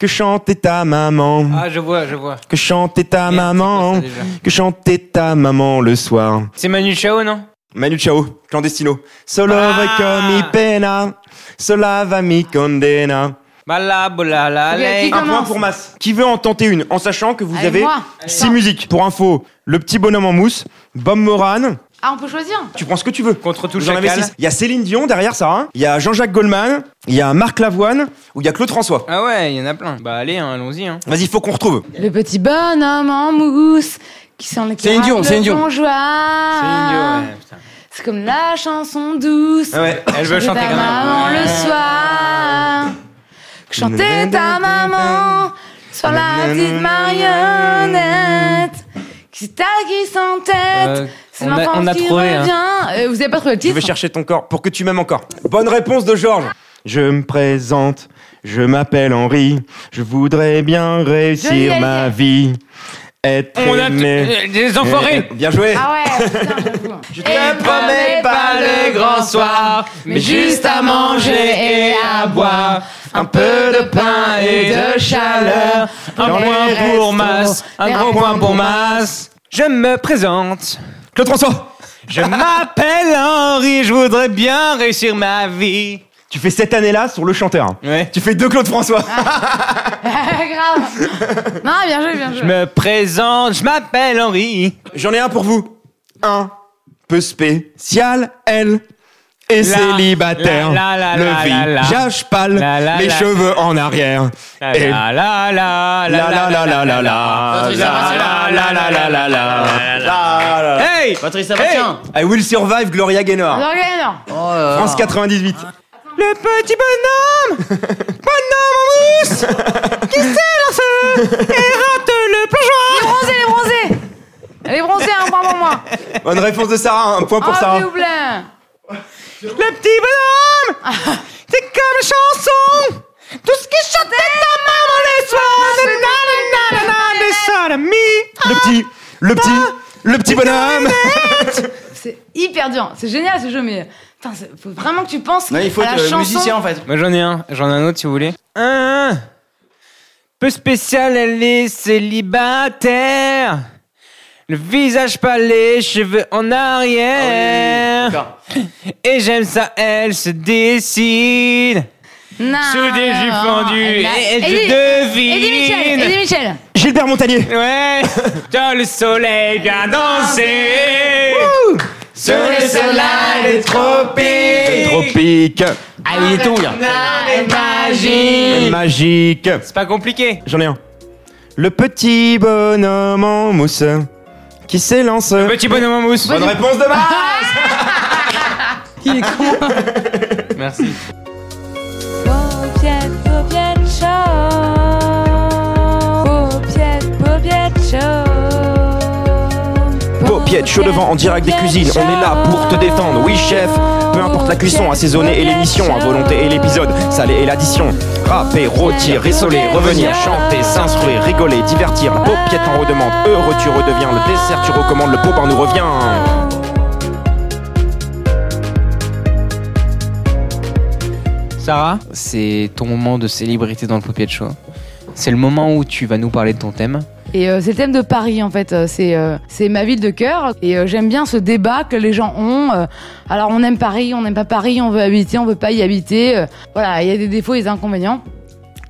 Speaker 3: que chantait ta maman,
Speaker 1: Ah, je vois, je vois.
Speaker 3: que chantait ta
Speaker 1: Merde,
Speaker 3: maman,
Speaker 1: c'est quoi ça, déjà
Speaker 3: que chantait ta maman le soir.
Speaker 1: C'est Manu Chao, non
Speaker 3: Manu Chao, clandestino. Solo
Speaker 1: Ah
Speaker 3: va come mi pena, sola va mi condena.
Speaker 1: Bala, bolala,
Speaker 2: Ok,
Speaker 1: lay.
Speaker 2: qui
Speaker 3: Un point
Speaker 2: Commence.
Speaker 3: pour Mas. Qui veut en tenter une en sachant que vous
Speaker 2: Allez,
Speaker 3: avez
Speaker 2: moi.
Speaker 3: six musiques Pour info, le petit bonhomme en mousse, Bob Moran,
Speaker 2: Ah, on peut choisir
Speaker 3: tu prends ce que tu veux.
Speaker 1: Contre tout
Speaker 3: Vous en avez
Speaker 1: chacal.
Speaker 3: six. Il y a Céline Dion derrière ça, hein. il y a Jean-Jacques Goldman, il y a Marc Lavoine ou il y a Claude François.
Speaker 1: Ah ouais, il y en a plein. Bah allez, hein, allons-y. Hein.
Speaker 3: Vas-y, faut qu'on retrouve.
Speaker 2: Le petit bonhomme en mousse qui sent les
Speaker 4: Céline Dion, Céline Dion.
Speaker 1: C'est idiot, ouais, putain.
Speaker 2: C'est comme la chanson douce.
Speaker 4: Ah
Speaker 3: ouais.
Speaker 1: Elle veut chanter
Speaker 2: ta
Speaker 1: quand
Speaker 2: maman
Speaker 1: même.
Speaker 2: le soir. Que Chanter ta maman sur la petite marionnette. Qui c'est elle qui s'entête.
Speaker 1: Euh,
Speaker 2: c'est
Speaker 1: on a-
Speaker 2: l'enfance
Speaker 1: on a
Speaker 2: qui
Speaker 1: trouvé, hein.
Speaker 2: revient. Euh, vous avez pas trouvé le
Speaker 3: Je
Speaker 2: titre
Speaker 3: vais chercher ton corps pour que tu m'aimes encore. Bonne réponse de Georges. Je me présente, je m'appelle Henri, je voudrais bien
Speaker 2: Johnny
Speaker 3: réussir
Speaker 2: Hallyday.
Speaker 3: ma vie, être
Speaker 1: On a euh,
Speaker 3: aimé.
Speaker 1: t- des enfoirés.
Speaker 3: Eh, Bien joué.
Speaker 2: Ah ouais, putain, j'avoue. Je
Speaker 1: te promets pas le grand soir, mais juste à manger et à boire. Un peu de pain et de chaleur. Un
Speaker 3: Dans les
Speaker 1: point
Speaker 3: restos,
Speaker 1: pour masse, un
Speaker 2: les
Speaker 1: grand
Speaker 2: restos.
Speaker 1: point pour masse. Je me présente.
Speaker 3: Claude François,
Speaker 1: Je m'appelle Henri, je voudrais bien réussir ma vie.
Speaker 3: tu fais cette année-là sur le chanteur.
Speaker 1: Ouais.
Speaker 3: Tu fais deux Claude François.
Speaker 2: Grave. Non, bien joué, bien joué.
Speaker 1: Je me présente, je m'appelle Henri.
Speaker 3: J'en ai un pour vous. Un peu spécial, elle. Et
Speaker 1: La,
Speaker 3: célibataire,
Speaker 1: la, la, la, la, la,
Speaker 3: le
Speaker 1: la.
Speaker 3: visage
Speaker 1: La,
Speaker 3: pâle,
Speaker 1: la,
Speaker 3: les
Speaker 1: la.
Speaker 3: cheveux en arrière.
Speaker 1: La
Speaker 3: Et-
Speaker 1: la la la
Speaker 3: Eh. La la la la la la
Speaker 4: la, la, la, la, la,
Speaker 3: la
Speaker 1: Hey
Speaker 4: Patrice Sabastien.
Speaker 3: I will survive Gloria Gaynor.
Speaker 2: Alors, regardez, non.
Speaker 4: Oh là là.
Speaker 3: France 98.
Speaker 1: Le petit bonhomme Bonhomme en mousse Qui s'élance et rate le plongeon
Speaker 2: Les bronzés, les bronzés Les bronzés, un point pour moi
Speaker 3: Bonne réponse de Sarah, un point pour
Speaker 2: Ah,
Speaker 3: Sarah.
Speaker 1: hein.
Speaker 2: s'il vous plaît
Speaker 3: Ah.
Speaker 1: Le petit bonhomme C'est comme la chanson
Speaker 3: Tout ce qui chantait ta maman les soirs, nanana, nanana, les soirs, la mi. Le petit, le petit,
Speaker 1: Ah.
Speaker 3: le petit bonhomme.
Speaker 2: C'est hyper dur. C'est génial ce jeu, mais putain, c'est- faut vraiment que tu penses
Speaker 4: Non, il faut
Speaker 2: à la
Speaker 4: être euh,
Speaker 2: chanson.
Speaker 4: musicien en fait.
Speaker 1: Moi j'en ai un, j'en ai un autre si vous voulez. Un peu spécial, elle est célibataire. Le visage pas les cheveux en arrière.
Speaker 4: D'accord.
Speaker 1: Et j'aime ça, elle se décide.
Speaker 2: Non,
Speaker 1: Sous des
Speaker 2: non,
Speaker 1: jupes
Speaker 2: non,
Speaker 1: fendues
Speaker 2: elle l'a-
Speaker 1: et je
Speaker 2: Eddie-
Speaker 1: devine.
Speaker 2: Eddie Michel, Eddie Michel.
Speaker 3: Gilbert Montagnier.
Speaker 1: Ouais, dans le soleil bien dansé. Sur les soleil des tropiques.
Speaker 3: Tropique,
Speaker 4: Ah, il est ton gars.
Speaker 1: Magie.
Speaker 3: magique.
Speaker 1: C'est pas compliqué.
Speaker 3: J'en ai un. Le petit bonhomme en mousse qui s'élance.
Speaker 1: Petit bonhomme en mousse.
Speaker 3: Bonne réponse de Marc
Speaker 2: Il est con.
Speaker 1: Merci.
Speaker 3: Paupiette, chaud devant, en direct des cuisines. On est là pour te détendre. Oui, chef. Peu importe la cuisson, assaisonner et l'émission, à volonté et l'épisode, salé et l'addition. Rapper, rôtir, rissoler, revenir, chanter, s'instruire, rigoler, divertir. La paupiette en redemande. Heureux, tu redeviens. Le dessert, tu recommandes. Le pot par nous revient.
Speaker 1: Sarah, c'est ton moment de célébrité dans le Popier de Show. C'est le moment où tu vas nous parler de ton thème.
Speaker 2: Et euh, c'est le thème de Paris en fait. Euh, C'est euh, c'est ma ville de cœur et euh, j'aime bien ce débat que les gens ont. Euh, alors on aime Paris, on n'aime pas Paris, on veut habiter, on veut pas y habiter. Euh, voilà, il y a des défauts et des inconvénients.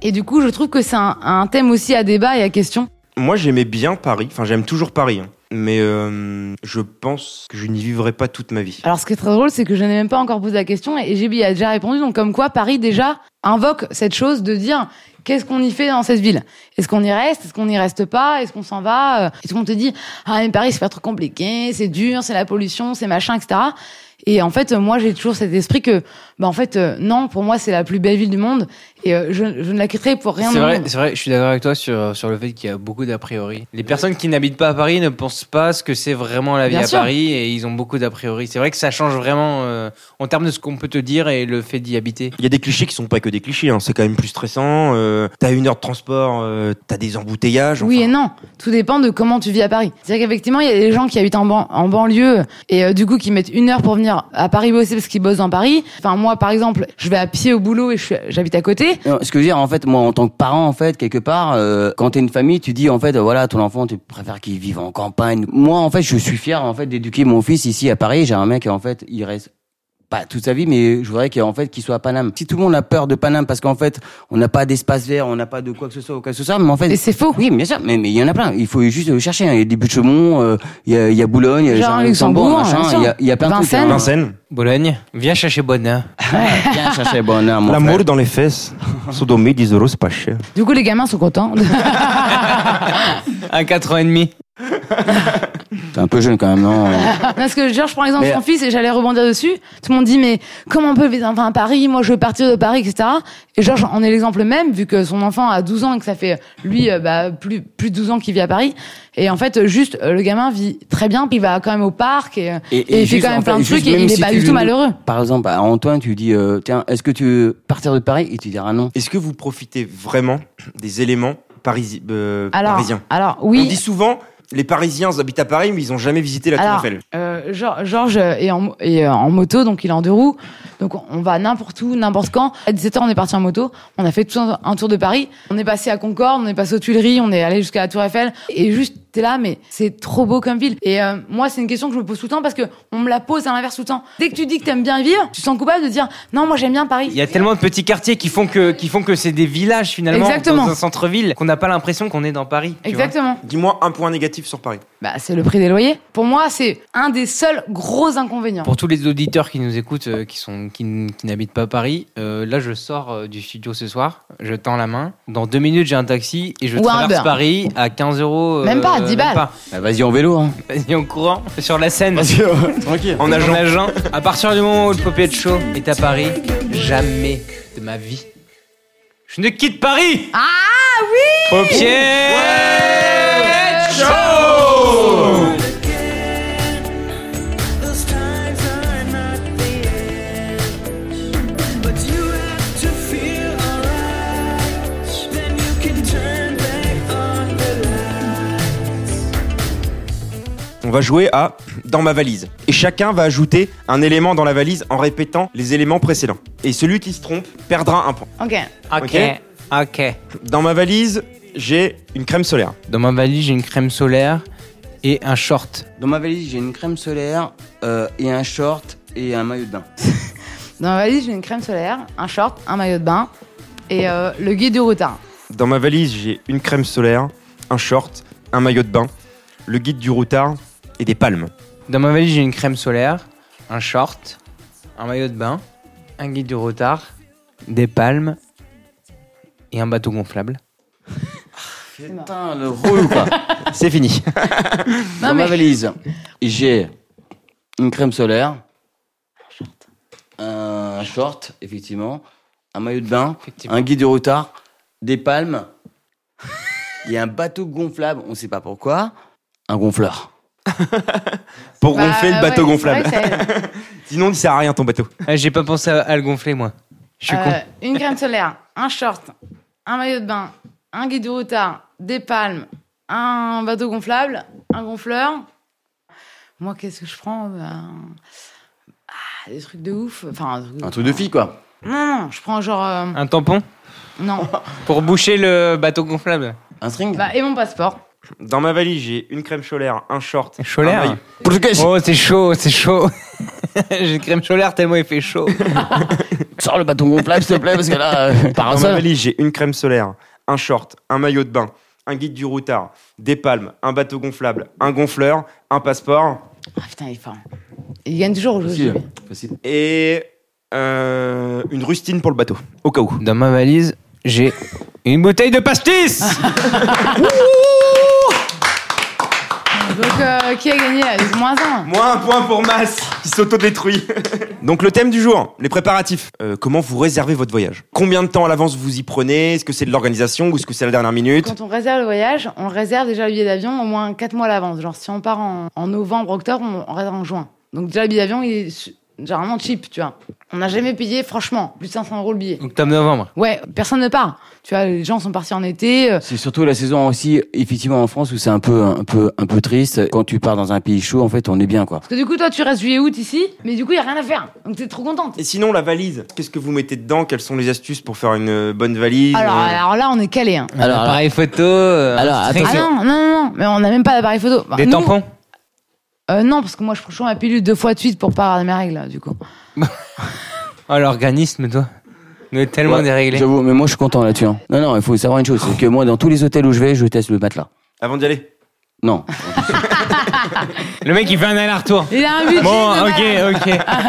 Speaker 2: Et du coup, je trouve que c'est un, un thème aussi à débat et à question.
Speaker 3: Moi, j'aimais bien Paris. Enfin, j'aime toujours Paris. hein. Mais euh, je pense que je n'y vivrai pas toute ma vie.
Speaker 2: Alors ce qui est très drôle, c'est que je n'ai même pas encore posé la question et JB a déjà répondu. Donc comme quoi Paris déjà invoque cette chose de dire qu'est-ce qu'on y fait dans cette ville Est-ce qu'on y reste Est-ce qu'on n'y reste pas Est-ce qu'on s'en va Euh, Et tout le monde te dit ah mais Paris c'est pas trop compliqué, c'est dur, c'est la pollution, c'est machin, etc. Et en fait, moi, j'ai toujours cet esprit que, bah, en fait, euh, non, pour moi, c'est la plus belle ville du monde et euh, je, je ne la quitterai pour rien.
Speaker 1: C'est
Speaker 2: au
Speaker 1: vrai,
Speaker 2: monde.
Speaker 1: c'est vrai, je suis d'accord avec toi sur, sur le fait qu'il y a beaucoup d'a priori. Les personnes qui n'habitent pas à Paris ne pensent pas ce que c'est vraiment la vie
Speaker 2: Euh, Bien
Speaker 1: à
Speaker 2: sûr.
Speaker 1: Paris et ils ont beaucoup d'a priori. C'est vrai que ça change vraiment euh, en termes de ce qu'on peut te dire et le fait d'y habiter.
Speaker 3: Il y a des clichés qui sont pas que des clichés, hein. c'est quand même plus stressant. euh, t'as une heure de transport, euh, t'as des embouteillages.
Speaker 2: Oui et
Speaker 3: enfin.
Speaker 2: non, tout dépend de comment tu vis à Paris. C'est-à-dire qu'effectivement, il y a des gens qui habitent en, ban- en banlieue et euh, du coup qui mettent une heure pour venir à Paris bosser parce qu'ils bossent dans Paris. Enfin moi, par exemple, je vais à pied au boulot et je suis- j'habite à côté.
Speaker 4: Non, ce que je veux dire, en fait, moi, en tant que parent, en fait, quelque part, euh, quand t'es une famille, tu dis, en fait, euh, voilà, ton enfant, tu préfères qu'il vive en campagne. Moi, en fait, je suis fier, en fait, d'éduquer mon fils ici à Paris. J'ai un mec, en fait, il reste pas toute sa vie, mais je voudrais qu'en fait, qu'il soit à Paname. Si tout le monde a peur de Paname parce qu'en fait, on n'a pas d'espace vert, on n'a pas de quoi que ce soit ou quoi que ce soit, mais en fait.
Speaker 2: Et c'est faux.
Speaker 4: Oui, bien sûr, mais mais il y en a plein. Il faut juste le chercher. hein. Il y a des buts de Chaumont, euh, il y, a, il y a Boulogne, il y a
Speaker 2: Genre Luxembourg,
Speaker 4: machin.
Speaker 2: bien sûr.
Speaker 4: Il y a, il y a plein de trucs. hein.
Speaker 2: Vincennes.
Speaker 3: Vincennes,
Speaker 1: Bologne, viens chercher Bonheur.
Speaker 4: Viens chercher Bonheur, mon frère.
Speaker 3: l'amour dans les fesses. Sodomie, 10 euros, c'est pas cher.
Speaker 2: Du coup, les gamins sont contents.
Speaker 1: À 4 ans et demi.
Speaker 4: T'es un peu jeune quand même, non
Speaker 2: parce que genre, je prends l'exemple de
Speaker 4: Mais-
Speaker 2: son fils et j'allais rebondir dessus. Tout le monde dit mais comment on peut vivre enfin, à Paris Moi, je veux partir de Paris, etc. Et genre, on est l'exemple même vu que son enfant a 12 ans et que ça fait lui euh, bah, plus plus de 12 ans qu'il vit à Paris. Et en fait, euh, juste euh, le gamin vit très bien, puis il va quand même au parc et, euh, et il fait
Speaker 4: juste,
Speaker 2: quand même
Speaker 4: en
Speaker 2: plein de
Speaker 4: juste
Speaker 2: trucs et
Speaker 4: même
Speaker 2: il est
Speaker 4: si
Speaker 2: pas
Speaker 4: tu
Speaker 2: du
Speaker 4: lui-
Speaker 2: tout malheureux.
Speaker 4: Par exemple, à Antoine, tu dis, euh, tiens, est-ce que tu veux partir de Paris Et tu diras non.
Speaker 3: Est-ce que vous profitez vraiment des éléments parisi- euh,
Speaker 2: Alors,
Speaker 3: parisiens
Speaker 2: alors
Speaker 3: On dit
Speaker 2: oui.
Speaker 3: souvent, les Parisiens habitent à Paris, mais ils ont jamais visité la Tour
Speaker 2: Alors,
Speaker 3: Eiffel.
Speaker 2: euh, Geor- Georges est, en, est euh, en moto, donc il est en deux roues. Donc on va n'importe où, n'importe quand. À 17h, on est parti en moto. On a fait tout un, un tour de Paris. On est passé à Concorde, on est passé aux Tuileries, on est allé jusqu'à la Tour Eiffel. Et juste, t'es là, mais c'est trop beau comme ville. Et euh, moi, c'est une question que je me pose tout le temps parce que on me la pose à l'inverse tout le temps. Dès que tu dis que t'aimes bien vivre, tu te sens coupable de dire non, moi j'aime bien Paris.
Speaker 1: Il y a tellement de petits quartiers qui font que, qui font que c'est des villages finalement
Speaker 2: Exactement.
Speaker 1: dans un centre-ville qu'on n'a pas l'impression qu'on est dans Paris. tu vois.
Speaker 2: Exactement.
Speaker 3: Dis-moi un point négatif sur Paris.
Speaker 2: Bah, c'est le prix des loyers. Pour moi, c'est un des seuls gros inconvénients.
Speaker 1: Pour tous les auditeurs qui nous écoutent, euh, qui sont qui, n- qui n'habitent pas Paris, euh, là je sors euh, du studio ce soir, je tends la main. Dans deux minutes j'ai un taxi et je
Speaker 2: Ou un
Speaker 1: traverse
Speaker 2: Uber.
Speaker 1: Paris à 15 euros. euh,
Speaker 2: Même pas, 10
Speaker 1: même
Speaker 2: balles.
Speaker 1: pas.
Speaker 4: Bah, vas-y en vélo. Hein.
Speaker 1: Vas-y en courant sur la Seine.
Speaker 3: Tranquille.
Speaker 1: En
Speaker 3: En agent.
Speaker 1: agent. À partir du moment où le Popier de Show est à Paris, jamais de ma vie. Je ne quitte Paris Ah oui Popier Show
Speaker 10: But you have to feel alright.
Speaker 3: on va jouer à dans ma valise. Et chacun va ajouter un élément dans la valise en répétant les éléments précédents. Et celui qui se trompe perdra un point.
Speaker 2: Ok.
Speaker 1: Ok. Ok.
Speaker 3: Dans ma valise, j'ai une crème solaire.
Speaker 1: Dans ma valise, j'ai une crème solaire et un short.
Speaker 4: Dans ma valise, j'ai une crème solaire euh, et un short et un maillot de bain.
Speaker 2: Dans ma valise, j'ai une crème solaire, un short, un maillot de bain et euh, le guide du routard.
Speaker 3: Dans ma valise, j'ai une crème solaire, un short, un maillot de bain, le guide du routard et des palmes.
Speaker 1: Dans ma valise, j'ai une crème solaire, un short, un maillot de bain, un guide du retard, des palmes et un bateau gonflable.
Speaker 4: Putain, le relou quoi.
Speaker 3: C'est fini.
Speaker 2: Non,
Speaker 4: Dans ma
Speaker 2: mais-
Speaker 4: valise, j'ai une crème solaire, un short, effectivement, un maillot de bain, un guide de retard, des palmes, et un bateau gonflable, on sait pas pourquoi, un gonfleur.
Speaker 3: Pour
Speaker 2: Bah,
Speaker 3: gonfler le bateau
Speaker 2: ouais,
Speaker 3: gonflable.
Speaker 2: c'est vrai que c'est-
Speaker 3: Sinon, il sert à rien ton bateau.
Speaker 1: Ah, j'ai pas pensé à, à le gonfler, moi. Je suis
Speaker 2: euh,
Speaker 1: con.
Speaker 2: Une crème solaire, un short, un maillot de bain, un guide du routard, des palmes, un bateau gonflable, un gonfleur. Moi, qu'est-ce que je prends Ben, ah, Des trucs de ouf. Enfin,
Speaker 4: Un truc de fille quoi.
Speaker 2: Non, non, je prends genre. euh,
Speaker 1: Un tampon
Speaker 2: Non.
Speaker 1: pour boucher le bateau gonflable.
Speaker 4: Un string
Speaker 2: Bah, et mon passeport.
Speaker 3: Dans ma valise, j'ai une crème solaire, un short,
Speaker 1: Solaire
Speaker 3: un maillot.
Speaker 4: Ah,
Speaker 1: Oh, c'est chaud, c'est chaud. j'ai une crème solaire tellement il fait chaud.
Speaker 4: Sors le bateau gonflable s'il te plaît parce que là, euh,
Speaker 3: Dans ma
Speaker 4: parasol.
Speaker 3: valise, j'ai une crème solaire, un short, un maillot de bain, un guide du routard, des palmes, un bateau gonflable, un gonfleur, un passeport
Speaker 2: Ah putain, il est fort. Il gagne toujours au jeu.
Speaker 4: Facile,
Speaker 2: JB.
Speaker 4: facile.
Speaker 3: et euh, une rustine pour le bateau, au cas où.
Speaker 1: Dans ma valise, j'ai une bouteille de pastis.
Speaker 2: Donc, euh, qui a gagné là Moins un.
Speaker 3: Moins un point pour Mass, qui s'autodétruit. Donc le thème du jour, les préparatifs. Euh, comment vous réservez votre voyage Combien de temps à l'avance vous y prenez Est-ce que c'est de l'organisation ou est-ce que c'est à la dernière minute
Speaker 2: Quand on réserve le voyage, on réserve déjà le billet d'avion au moins 4 mois à l'avance. Genre, si on part en, en novembre, octobre, on, on réserve en juin. Donc, déjà, le billet d'avion, il est su- généralement cheap, tu vois. On n'a jamais payé, franchement, plus de 500 euros le billet.
Speaker 1: Octobre-novembre.
Speaker 2: Ouais, personne ne part. Tu vois, les gens sont partis en été. euh,
Speaker 4: C'est surtout la saison aussi, effectivement, en France où c'est un peu, un peu, un peu triste. Quand tu pars dans un pays chaud, en fait, on est bien, quoi.
Speaker 2: Parce que du coup, toi, tu restes juillet-août ici, mais du coup, il n'y a rien à faire. Donc, t'es trop contente.
Speaker 3: Et sinon la valise, qu'est-ce que vous mettez dedans Quelles sont les astuces pour faire une euh, bonne valise
Speaker 2: Alors,
Speaker 3: Euh,
Speaker 2: alors là, on est calé. Hein.
Speaker 4: Alors,
Speaker 1: appareil photo. euh,
Speaker 4: Alors, Ah
Speaker 1: un string.
Speaker 2: Ah non, non, non, non, mais on n'a même pas d'appareil photo. Bah,
Speaker 1: Des
Speaker 2: nous,
Speaker 1: tampons.
Speaker 2: Euh, non, parce que moi, je prends toujours ma pilule deux fois de suite pour pas avoir mes règles, du coup.
Speaker 1: Oh, l'organisme, toi. Nous est tellement
Speaker 4: Ouais,
Speaker 1: déréglé.
Speaker 4: J'avoue, mais moi je suis content là-dessus. hein. Non, non, il faut savoir une chose,
Speaker 3: Oh.
Speaker 4: c'est que moi dans tous les hôtels où je vais, je teste le matelas.
Speaker 3: Avant d'y aller.
Speaker 4: Non.
Speaker 1: Le mec, il fait un aller-retour.
Speaker 2: Il a un budget.
Speaker 1: Bon,
Speaker 2: de
Speaker 1: ok,
Speaker 2: malade.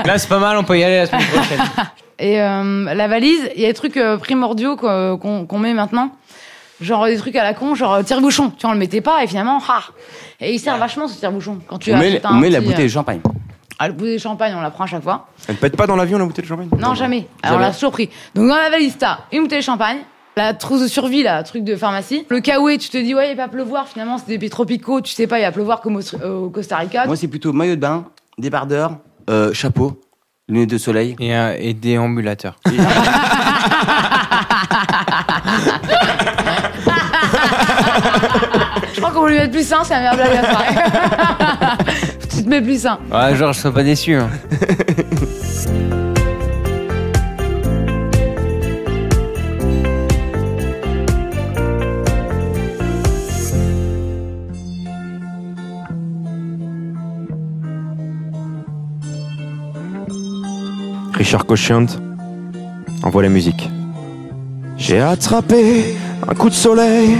Speaker 1: ok. Là, c'est pas mal, on peut y aller la semaine prochaine.
Speaker 2: Et euh, la valise, il y a des trucs euh, primordiaux quoi, qu'on qu'on met maintenant. Genre des trucs à la con, genre euh, tire-bouchon. Tu vois, on le mettait pas et finalement, ah Et il sert vachement ce tire-bouchon. Quand tu
Speaker 4: on met,
Speaker 2: achètes un
Speaker 4: on met la
Speaker 2: petit,
Speaker 4: bouteille de
Speaker 2: euh,
Speaker 4: champagne.
Speaker 2: ah, la bouteille de champagne, on la prend à chaque fois.
Speaker 3: Elle ne pète pas dans l'avion la bouteille de champagne
Speaker 2: Non, jamais. Alors, on l'a toujours pris. Donc, dans la valise, t'as une bouteille de champagne, la trousse de survie, là, truc de pharmacie. Le kawaii, tu te dis, ouais, il va pas pleuvoir. Finalement, c'est des pays tropicaux. Tu sais pas, il va pleuvoir comme au, Sri- euh, au Costa Rica.
Speaker 4: Ah, Moi c'est plutôt maillot de bain, débardeur, euh, chapeau, lunettes de soleil.
Speaker 1: Et, euh, et des ambulateurs.
Speaker 2: Je crois qu'on voulait mettre plus sain, c'est la meilleure blague à faire. tu te mets plus sain.
Speaker 1: Ah, genre, je serais pas déçu. hein.
Speaker 3: Richard Cochant envoie la musique. J'ai attrapé un coup de soleil,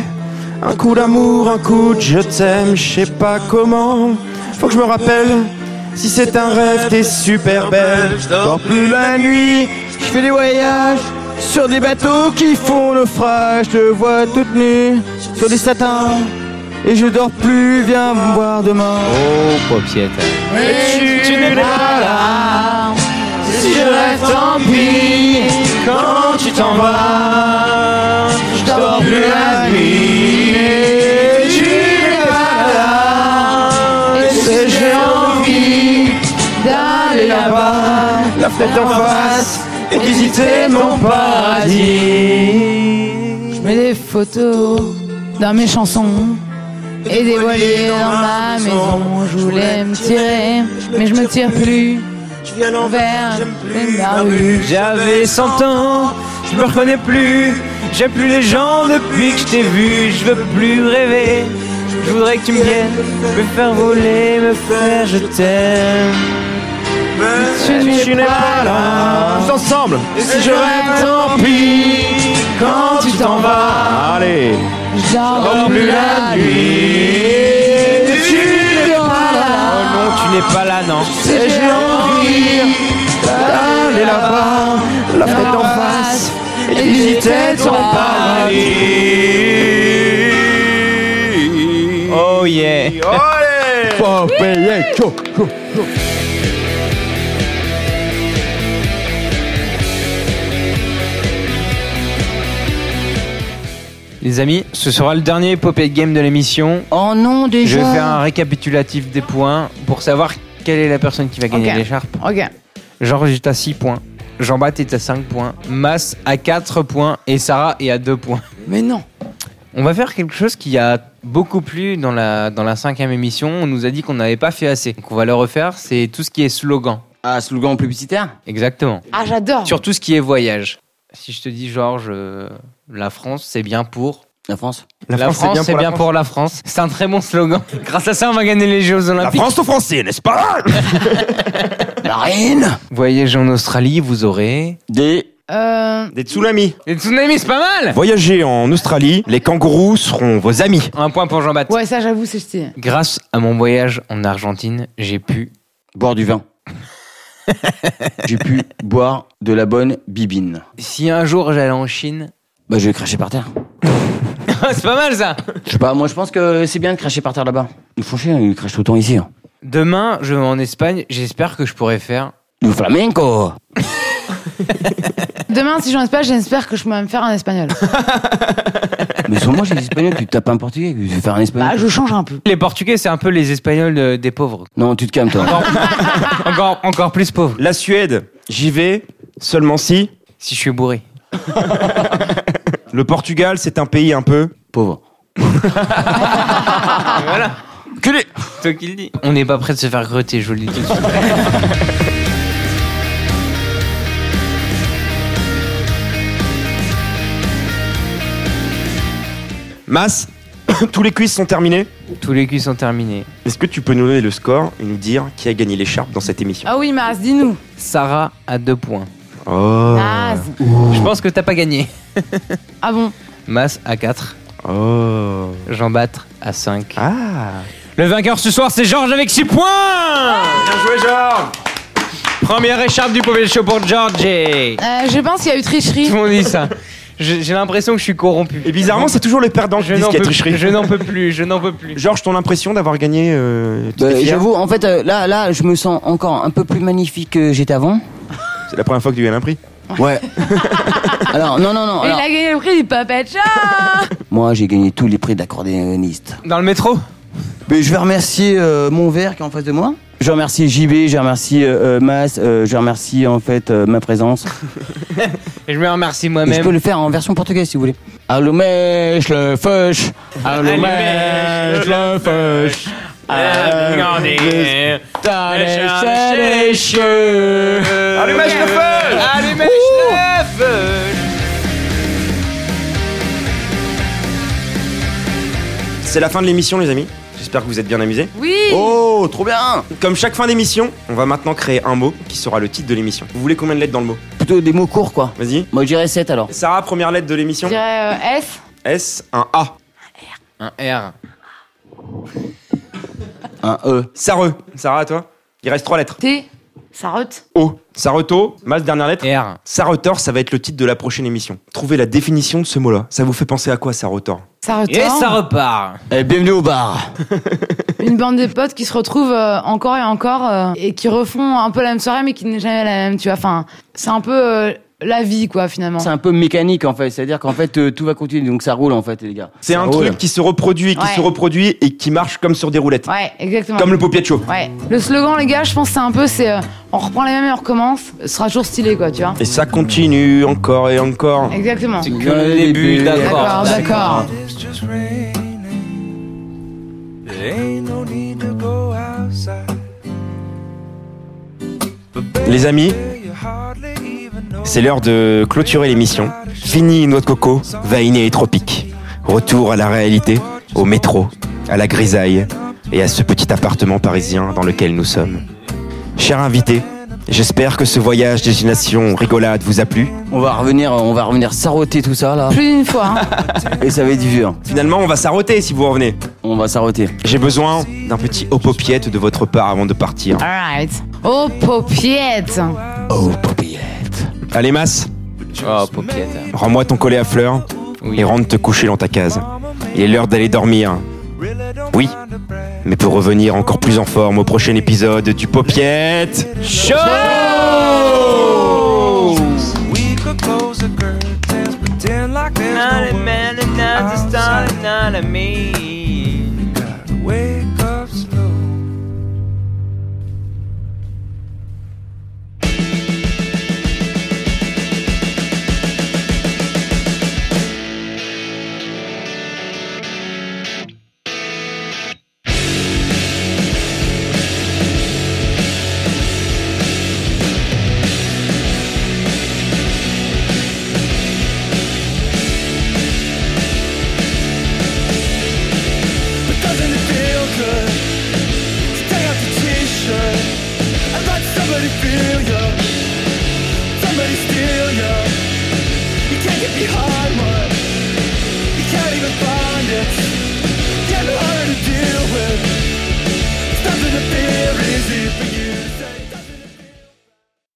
Speaker 3: un coup d'amour, un coup de je t'aime, je sais pas comment. Faut que je me rappelle, si c'est un rêve, t'es super belle. Je dors plus la nuit, je fais des voyages sur des bateaux qui font naufrage. Je te vois toute nue sur des satins et je dors plus, viens me voir demain.
Speaker 1: Oh, paupiette.
Speaker 3: Et tu n'es pas là. Si je rêve, tant pis. Quand tu t'en vas, je dors plus la nuit. Et tu n'es pas là. Et c'est j'ai envie d'aller là-bas. La fenêtre en face et visiter mon paradis.
Speaker 2: Je mets des photos dans mes chansons. et des voiliers dans ma maison. Je voulais me tirer, mais je me tire plus.
Speaker 11: Je viens à
Speaker 2: Vers
Speaker 11: plus
Speaker 2: la rue.
Speaker 1: J'avais 100 ans, je me reconnais plus, j'aime plus les gens depuis que je t'ai vu, je veux plus rêver, je voudrais que tu me viennes, me faire voler, me faire je t'aime.
Speaker 2: Tu n'es pas là.
Speaker 3: Tous ensemble
Speaker 2: Et si je rêve, tant pis. Quand tu t'en vas,
Speaker 3: Allez
Speaker 2: je
Speaker 1: Oh,
Speaker 2: dors plus la nuit. Tu n'es pas
Speaker 1: Oh
Speaker 2: là.
Speaker 1: non, tu n'es pas là, non.
Speaker 2: Et j'ai envie
Speaker 1: Ah,
Speaker 2: d'aller là-bas, la fête en face, Ah. et visiter ton paradis.
Speaker 1: Oh yeah. Les amis, ce sera le dernier Popette Game de l'émission.
Speaker 4: Oh non,
Speaker 1: Je
Speaker 4: déjà.
Speaker 1: vais faire un récapitulatif des points pour savoir quelle est la personne qui va gagner
Speaker 2: Ok.
Speaker 1: l'écharpe.
Speaker 2: Ok.
Speaker 1: Georges est à 6 points. Jean-Baptiste est à 5 points. Mas à 4 points. Et Sarah est à 2 points.
Speaker 4: Mais non.
Speaker 1: On va faire quelque chose qui a beaucoup plu dans la, dans la cinquième émission. On nous a dit qu'on n'avait pas fait assez. Donc on va le refaire. C'est tout ce qui est slogan.
Speaker 4: Ah, slogan publicitaire
Speaker 1: Exactement.
Speaker 2: Ah, j'adore.
Speaker 1: Sur tout ce qui est voyage. Si je te dis, Georges, euh, la France, c'est bien pour.
Speaker 4: La France.
Speaker 1: La, France, c'est bien, pour la France. C'est un très bon slogan. Grâce à ça, on va gagner les Jeux
Speaker 3: La
Speaker 1: Olympiques.
Speaker 3: France aux Français, n'est-ce pas
Speaker 4: La reine.
Speaker 1: Voyage en Australie, vous aurez.
Speaker 4: Des.
Speaker 2: Euh,
Speaker 3: Des tsunamis
Speaker 1: Les tsunamis, c'est pas mal
Speaker 3: Voyager en Australie, les kangourous seront vos amis.
Speaker 1: Un point pour Jean-Baptiste.
Speaker 2: ouais, ça, j'avoue, c'est stylé.
Speaker 1: Grâce à mon voyage en Argentine, j'ai pu.
Speaker 4: Boire du vin. J'ai pu boire de la bonne bibine.
Speaker 1: Si un jour j'allais en Chine.
Speaker 4: Bah, je vais cracher par terre.
Speaker 1: c'est pas mal ça
Speaker 4: Je sais pas, moi je pense que c'est bien de cracher par terre là-bas. Ils font chier, ils crachent tout le temps ici. hein.
Speaker 1: Demain, je vais en Espagne. J'espère que je pourrai faire.
Speaker 4: Le flamenco
Speaker 2: Demain, si j'en espère, j'espère que je peux me faire un espagnol.
Speaker 4: Mais sur moi j'ai des espagnols, tu te tapes un portugais, tu veux faire un espagnol.
Speaker 2: Bah, je change un peu.
Speaker 1: Les Portugais, c'est un peu les Espagnols euh, des pauvres.
Speaker 4: Non, tu te calmes toi.
Speaker 1: Encore, encore plus pauvres.
Speaker 3: La Suède, j'y vais seulement si.
Speaker 1: Si je suis bourré.
Speaker 3: Le Portugal, c'est un pays un peu.
Speaker 4: Pauvre.
Speaker 1: voilà. Culé Toi qui le dis. On n'est pas prêt de se faire grotter, je vous le dis tout de suite.
Speaker 3: Masse, tous les quiz sont terminés.
Speaker 1: Tous les culs sont terminés.
Speaker 3: Est-ce que tu peux nous donner le score et nous dire qui a gagné l'écharpe dans cette émission
Speaker 2: Ah oui, Mas, dis-nous.
Speaker 1: Sarah a deux points.
Speaker 3: Oh,
Speaker 2: Mas.
Speaker 1: Je pense que t'as pas gagné.
Speaker 2: Ah bon
Speaker 1: Mas à 4.
Speaker 3: oh.
Speaker 1: Jean Battre à 5.
Speaker 3: Ah
Speaker 1: Le vainqueur ce soir, c'est Georges avec 6 points
Speaker 3: Bien joué, Georges
Speaker 1: Première écharpe du Pauvre Show pour Georges. Tout
Speaker 2: Euh, Je pense qu'il y a eu tricherie.
Speaker 1: le monde dit ça. Je- J'ai l'impression que je suis corrompu.
Speaker 3: Et bizarrement, c'est toujours les perdants qui
Speaker 1: je
Speaker 3: disent
Speaker 1: n'en
Speaker 3: qu'il y a
Speaker 1: peux,
Speaker 3: tricherie.
Speaker 1: je n'en peux plus, je n'en peux plus.
Speaker 3: Georges, ton impression d'avoir gagné euh, tu
Speaker 4: Bah,
Speaker 3: t'es fier
Speaker 4: J'avoue, en fait, euh, là, là, je me sens encore un peu plus magnifique que j'étais avant.
Speaker 3: C'est la première fois que tu gagnes un prix.
Speaker 4: Ouais. Alors, non, non, non.
Speaker 2: Et il
Speaker 4: alors,
Speaker 2: a gagné le prix du Puppet Show
Speaker 4: moi, j'ai gagné tous les prix d'accordéoniste.
Speaker 1: Dans le métro
Speaker 4: Mais je vais remercier euh, mon verre qui est en face de moi. Je remercie JB, je remercie euh, euh, Mas, euh, je remercie en fait euh, ma présence.
Speaker 1: Et je me remercie
Speaker 4: Et je
Speaker 1: moi-même.
Speaker 4: peux le faire en version portugaise si vous voulez. Allumèche le feuche, allumèche le feuche.
Speaker 1: Regardez.
Speaker 4: T'as
Speaker 1: les
Speaker 4: les
Speaker 1: chats, les
Speaker 4: cheveux.
Speaker 3: Allumage le feu
Speaker 1: Allumez le feu
Speaker 3: C'est la fin de l'émission, les amis. J'espère que vous êtes bien amusés.
Speaker 2: Oui
Speaker 4: Oh, trop bien
Speaker 3: Comme chaque fin d'émission, on va maintenant créer un mot qui sera le titre de l'émission. Vous voulez combien de lettres dans le mot
Speaker 4: Plutôt des mots courts quoi.
Speaker 3: Vas-y.
Speaker 4: Moi je dirais 7 alors.
Speaker 3: Sarah, première lettre de
Speaker 2: Je
Speaker 3: l'émission.
Speaker 2: dirais euh, S.
Speaker 3: S, un A.
Speaker 1: Un R.
Speaker 4: Un E.
Speaker 3: Sareux. Sarah, à toi. Il reste trois lettres.
Speaker 2: T. Sarrette.
Speaker 3: O. Sareto. Mas, dernière lettre.
Speaker 1: R.
Speaker 3: Saretor, ça va être le titre de la prochaine émission. Trouvez la définition de ce mot-là. Ça vous fait penser à quoi, Saretor
Speaker 2: Ça hein.
Speaker 1: Et
Speaker 2: retourne.
Speaker 1: ça repart
Speaker 4: Eh, bienvenue au bar.
Speaker 2: Une bande de potes qui se retrouvent euh, encore et encore euh, et qui refont un peu la même soirée mais qui n'est jamais la même, tu vois. Enfin, c'est un peu euh, la vie, quoi, finalement.
Speaker 4: C'est un peu mécanique en fait, c'est-à-dire qu'en fait euh, tout va continuer donc ça roule en fait les gars.
Speaker 3: C'est
Speaker 4: Ça
Speaker 3: un
Speaker 4: roule.
Speaker 3: truc qui se reproduit, qui
Speaker 2: Ouais.
Speaker 3: se reproduit et qui marche comme sur des roulettes.
Speaker 2: Ouais, exactement.
Speaker 3: Comme le paupier de chaud.
Speaker 2: Ouais. Le slogan, les gars, je pense que c'est un peu, c'est euh, on reprend les mêmes et on recommence. Ce sera toujours stylé, quoi, tu vois.
Speaker 3: Et ça continue encore et encore.
Speaker 2: Exactement.
Speaker 1: C'est que le début, d'accord.
Speaker 2: D'accord, d'accord.
Speaker 3: Les amis, c'est l'heure de clôturer l'émission. Fini noix de coco, vahiné et tropique. Retour à la réalité, au métro, à la grisaille et à ce petit appartement parisien dans lequel nous sommes. Chers invités, j'espère que ce voyage destination rigolade vous a plu.
Speaker 4: On va revenir, on va revenir saroter tout ça là,
Speaker 2: Plus d'une fois. hein.
Speaker 4: et ça va être dur.
Speaker 3: Finalement, on va s'arrêter si vous revenez.
Speaker 4: On va saroter.
Speaker 3: J'ai besoin d'un petit opopiette de votre part avant de partir.
Speaker 2: Alright. Oh, popiette.
Speaker 4: Oh, Popiette.
Speaker 3: Allez, Mas,
Speaker 1: Oh, paupiette.
Speaker 3: rends-moi ton collet à fleurs
Speaker 1: Oui.
Speaker 3: et rentre te coucher dans ta case. Il est l'heure d'aller dormir. Oui, mais pour revenir encore plus en forme au prochain épisode du Popiette Show
Speaker 6: You can't even find it.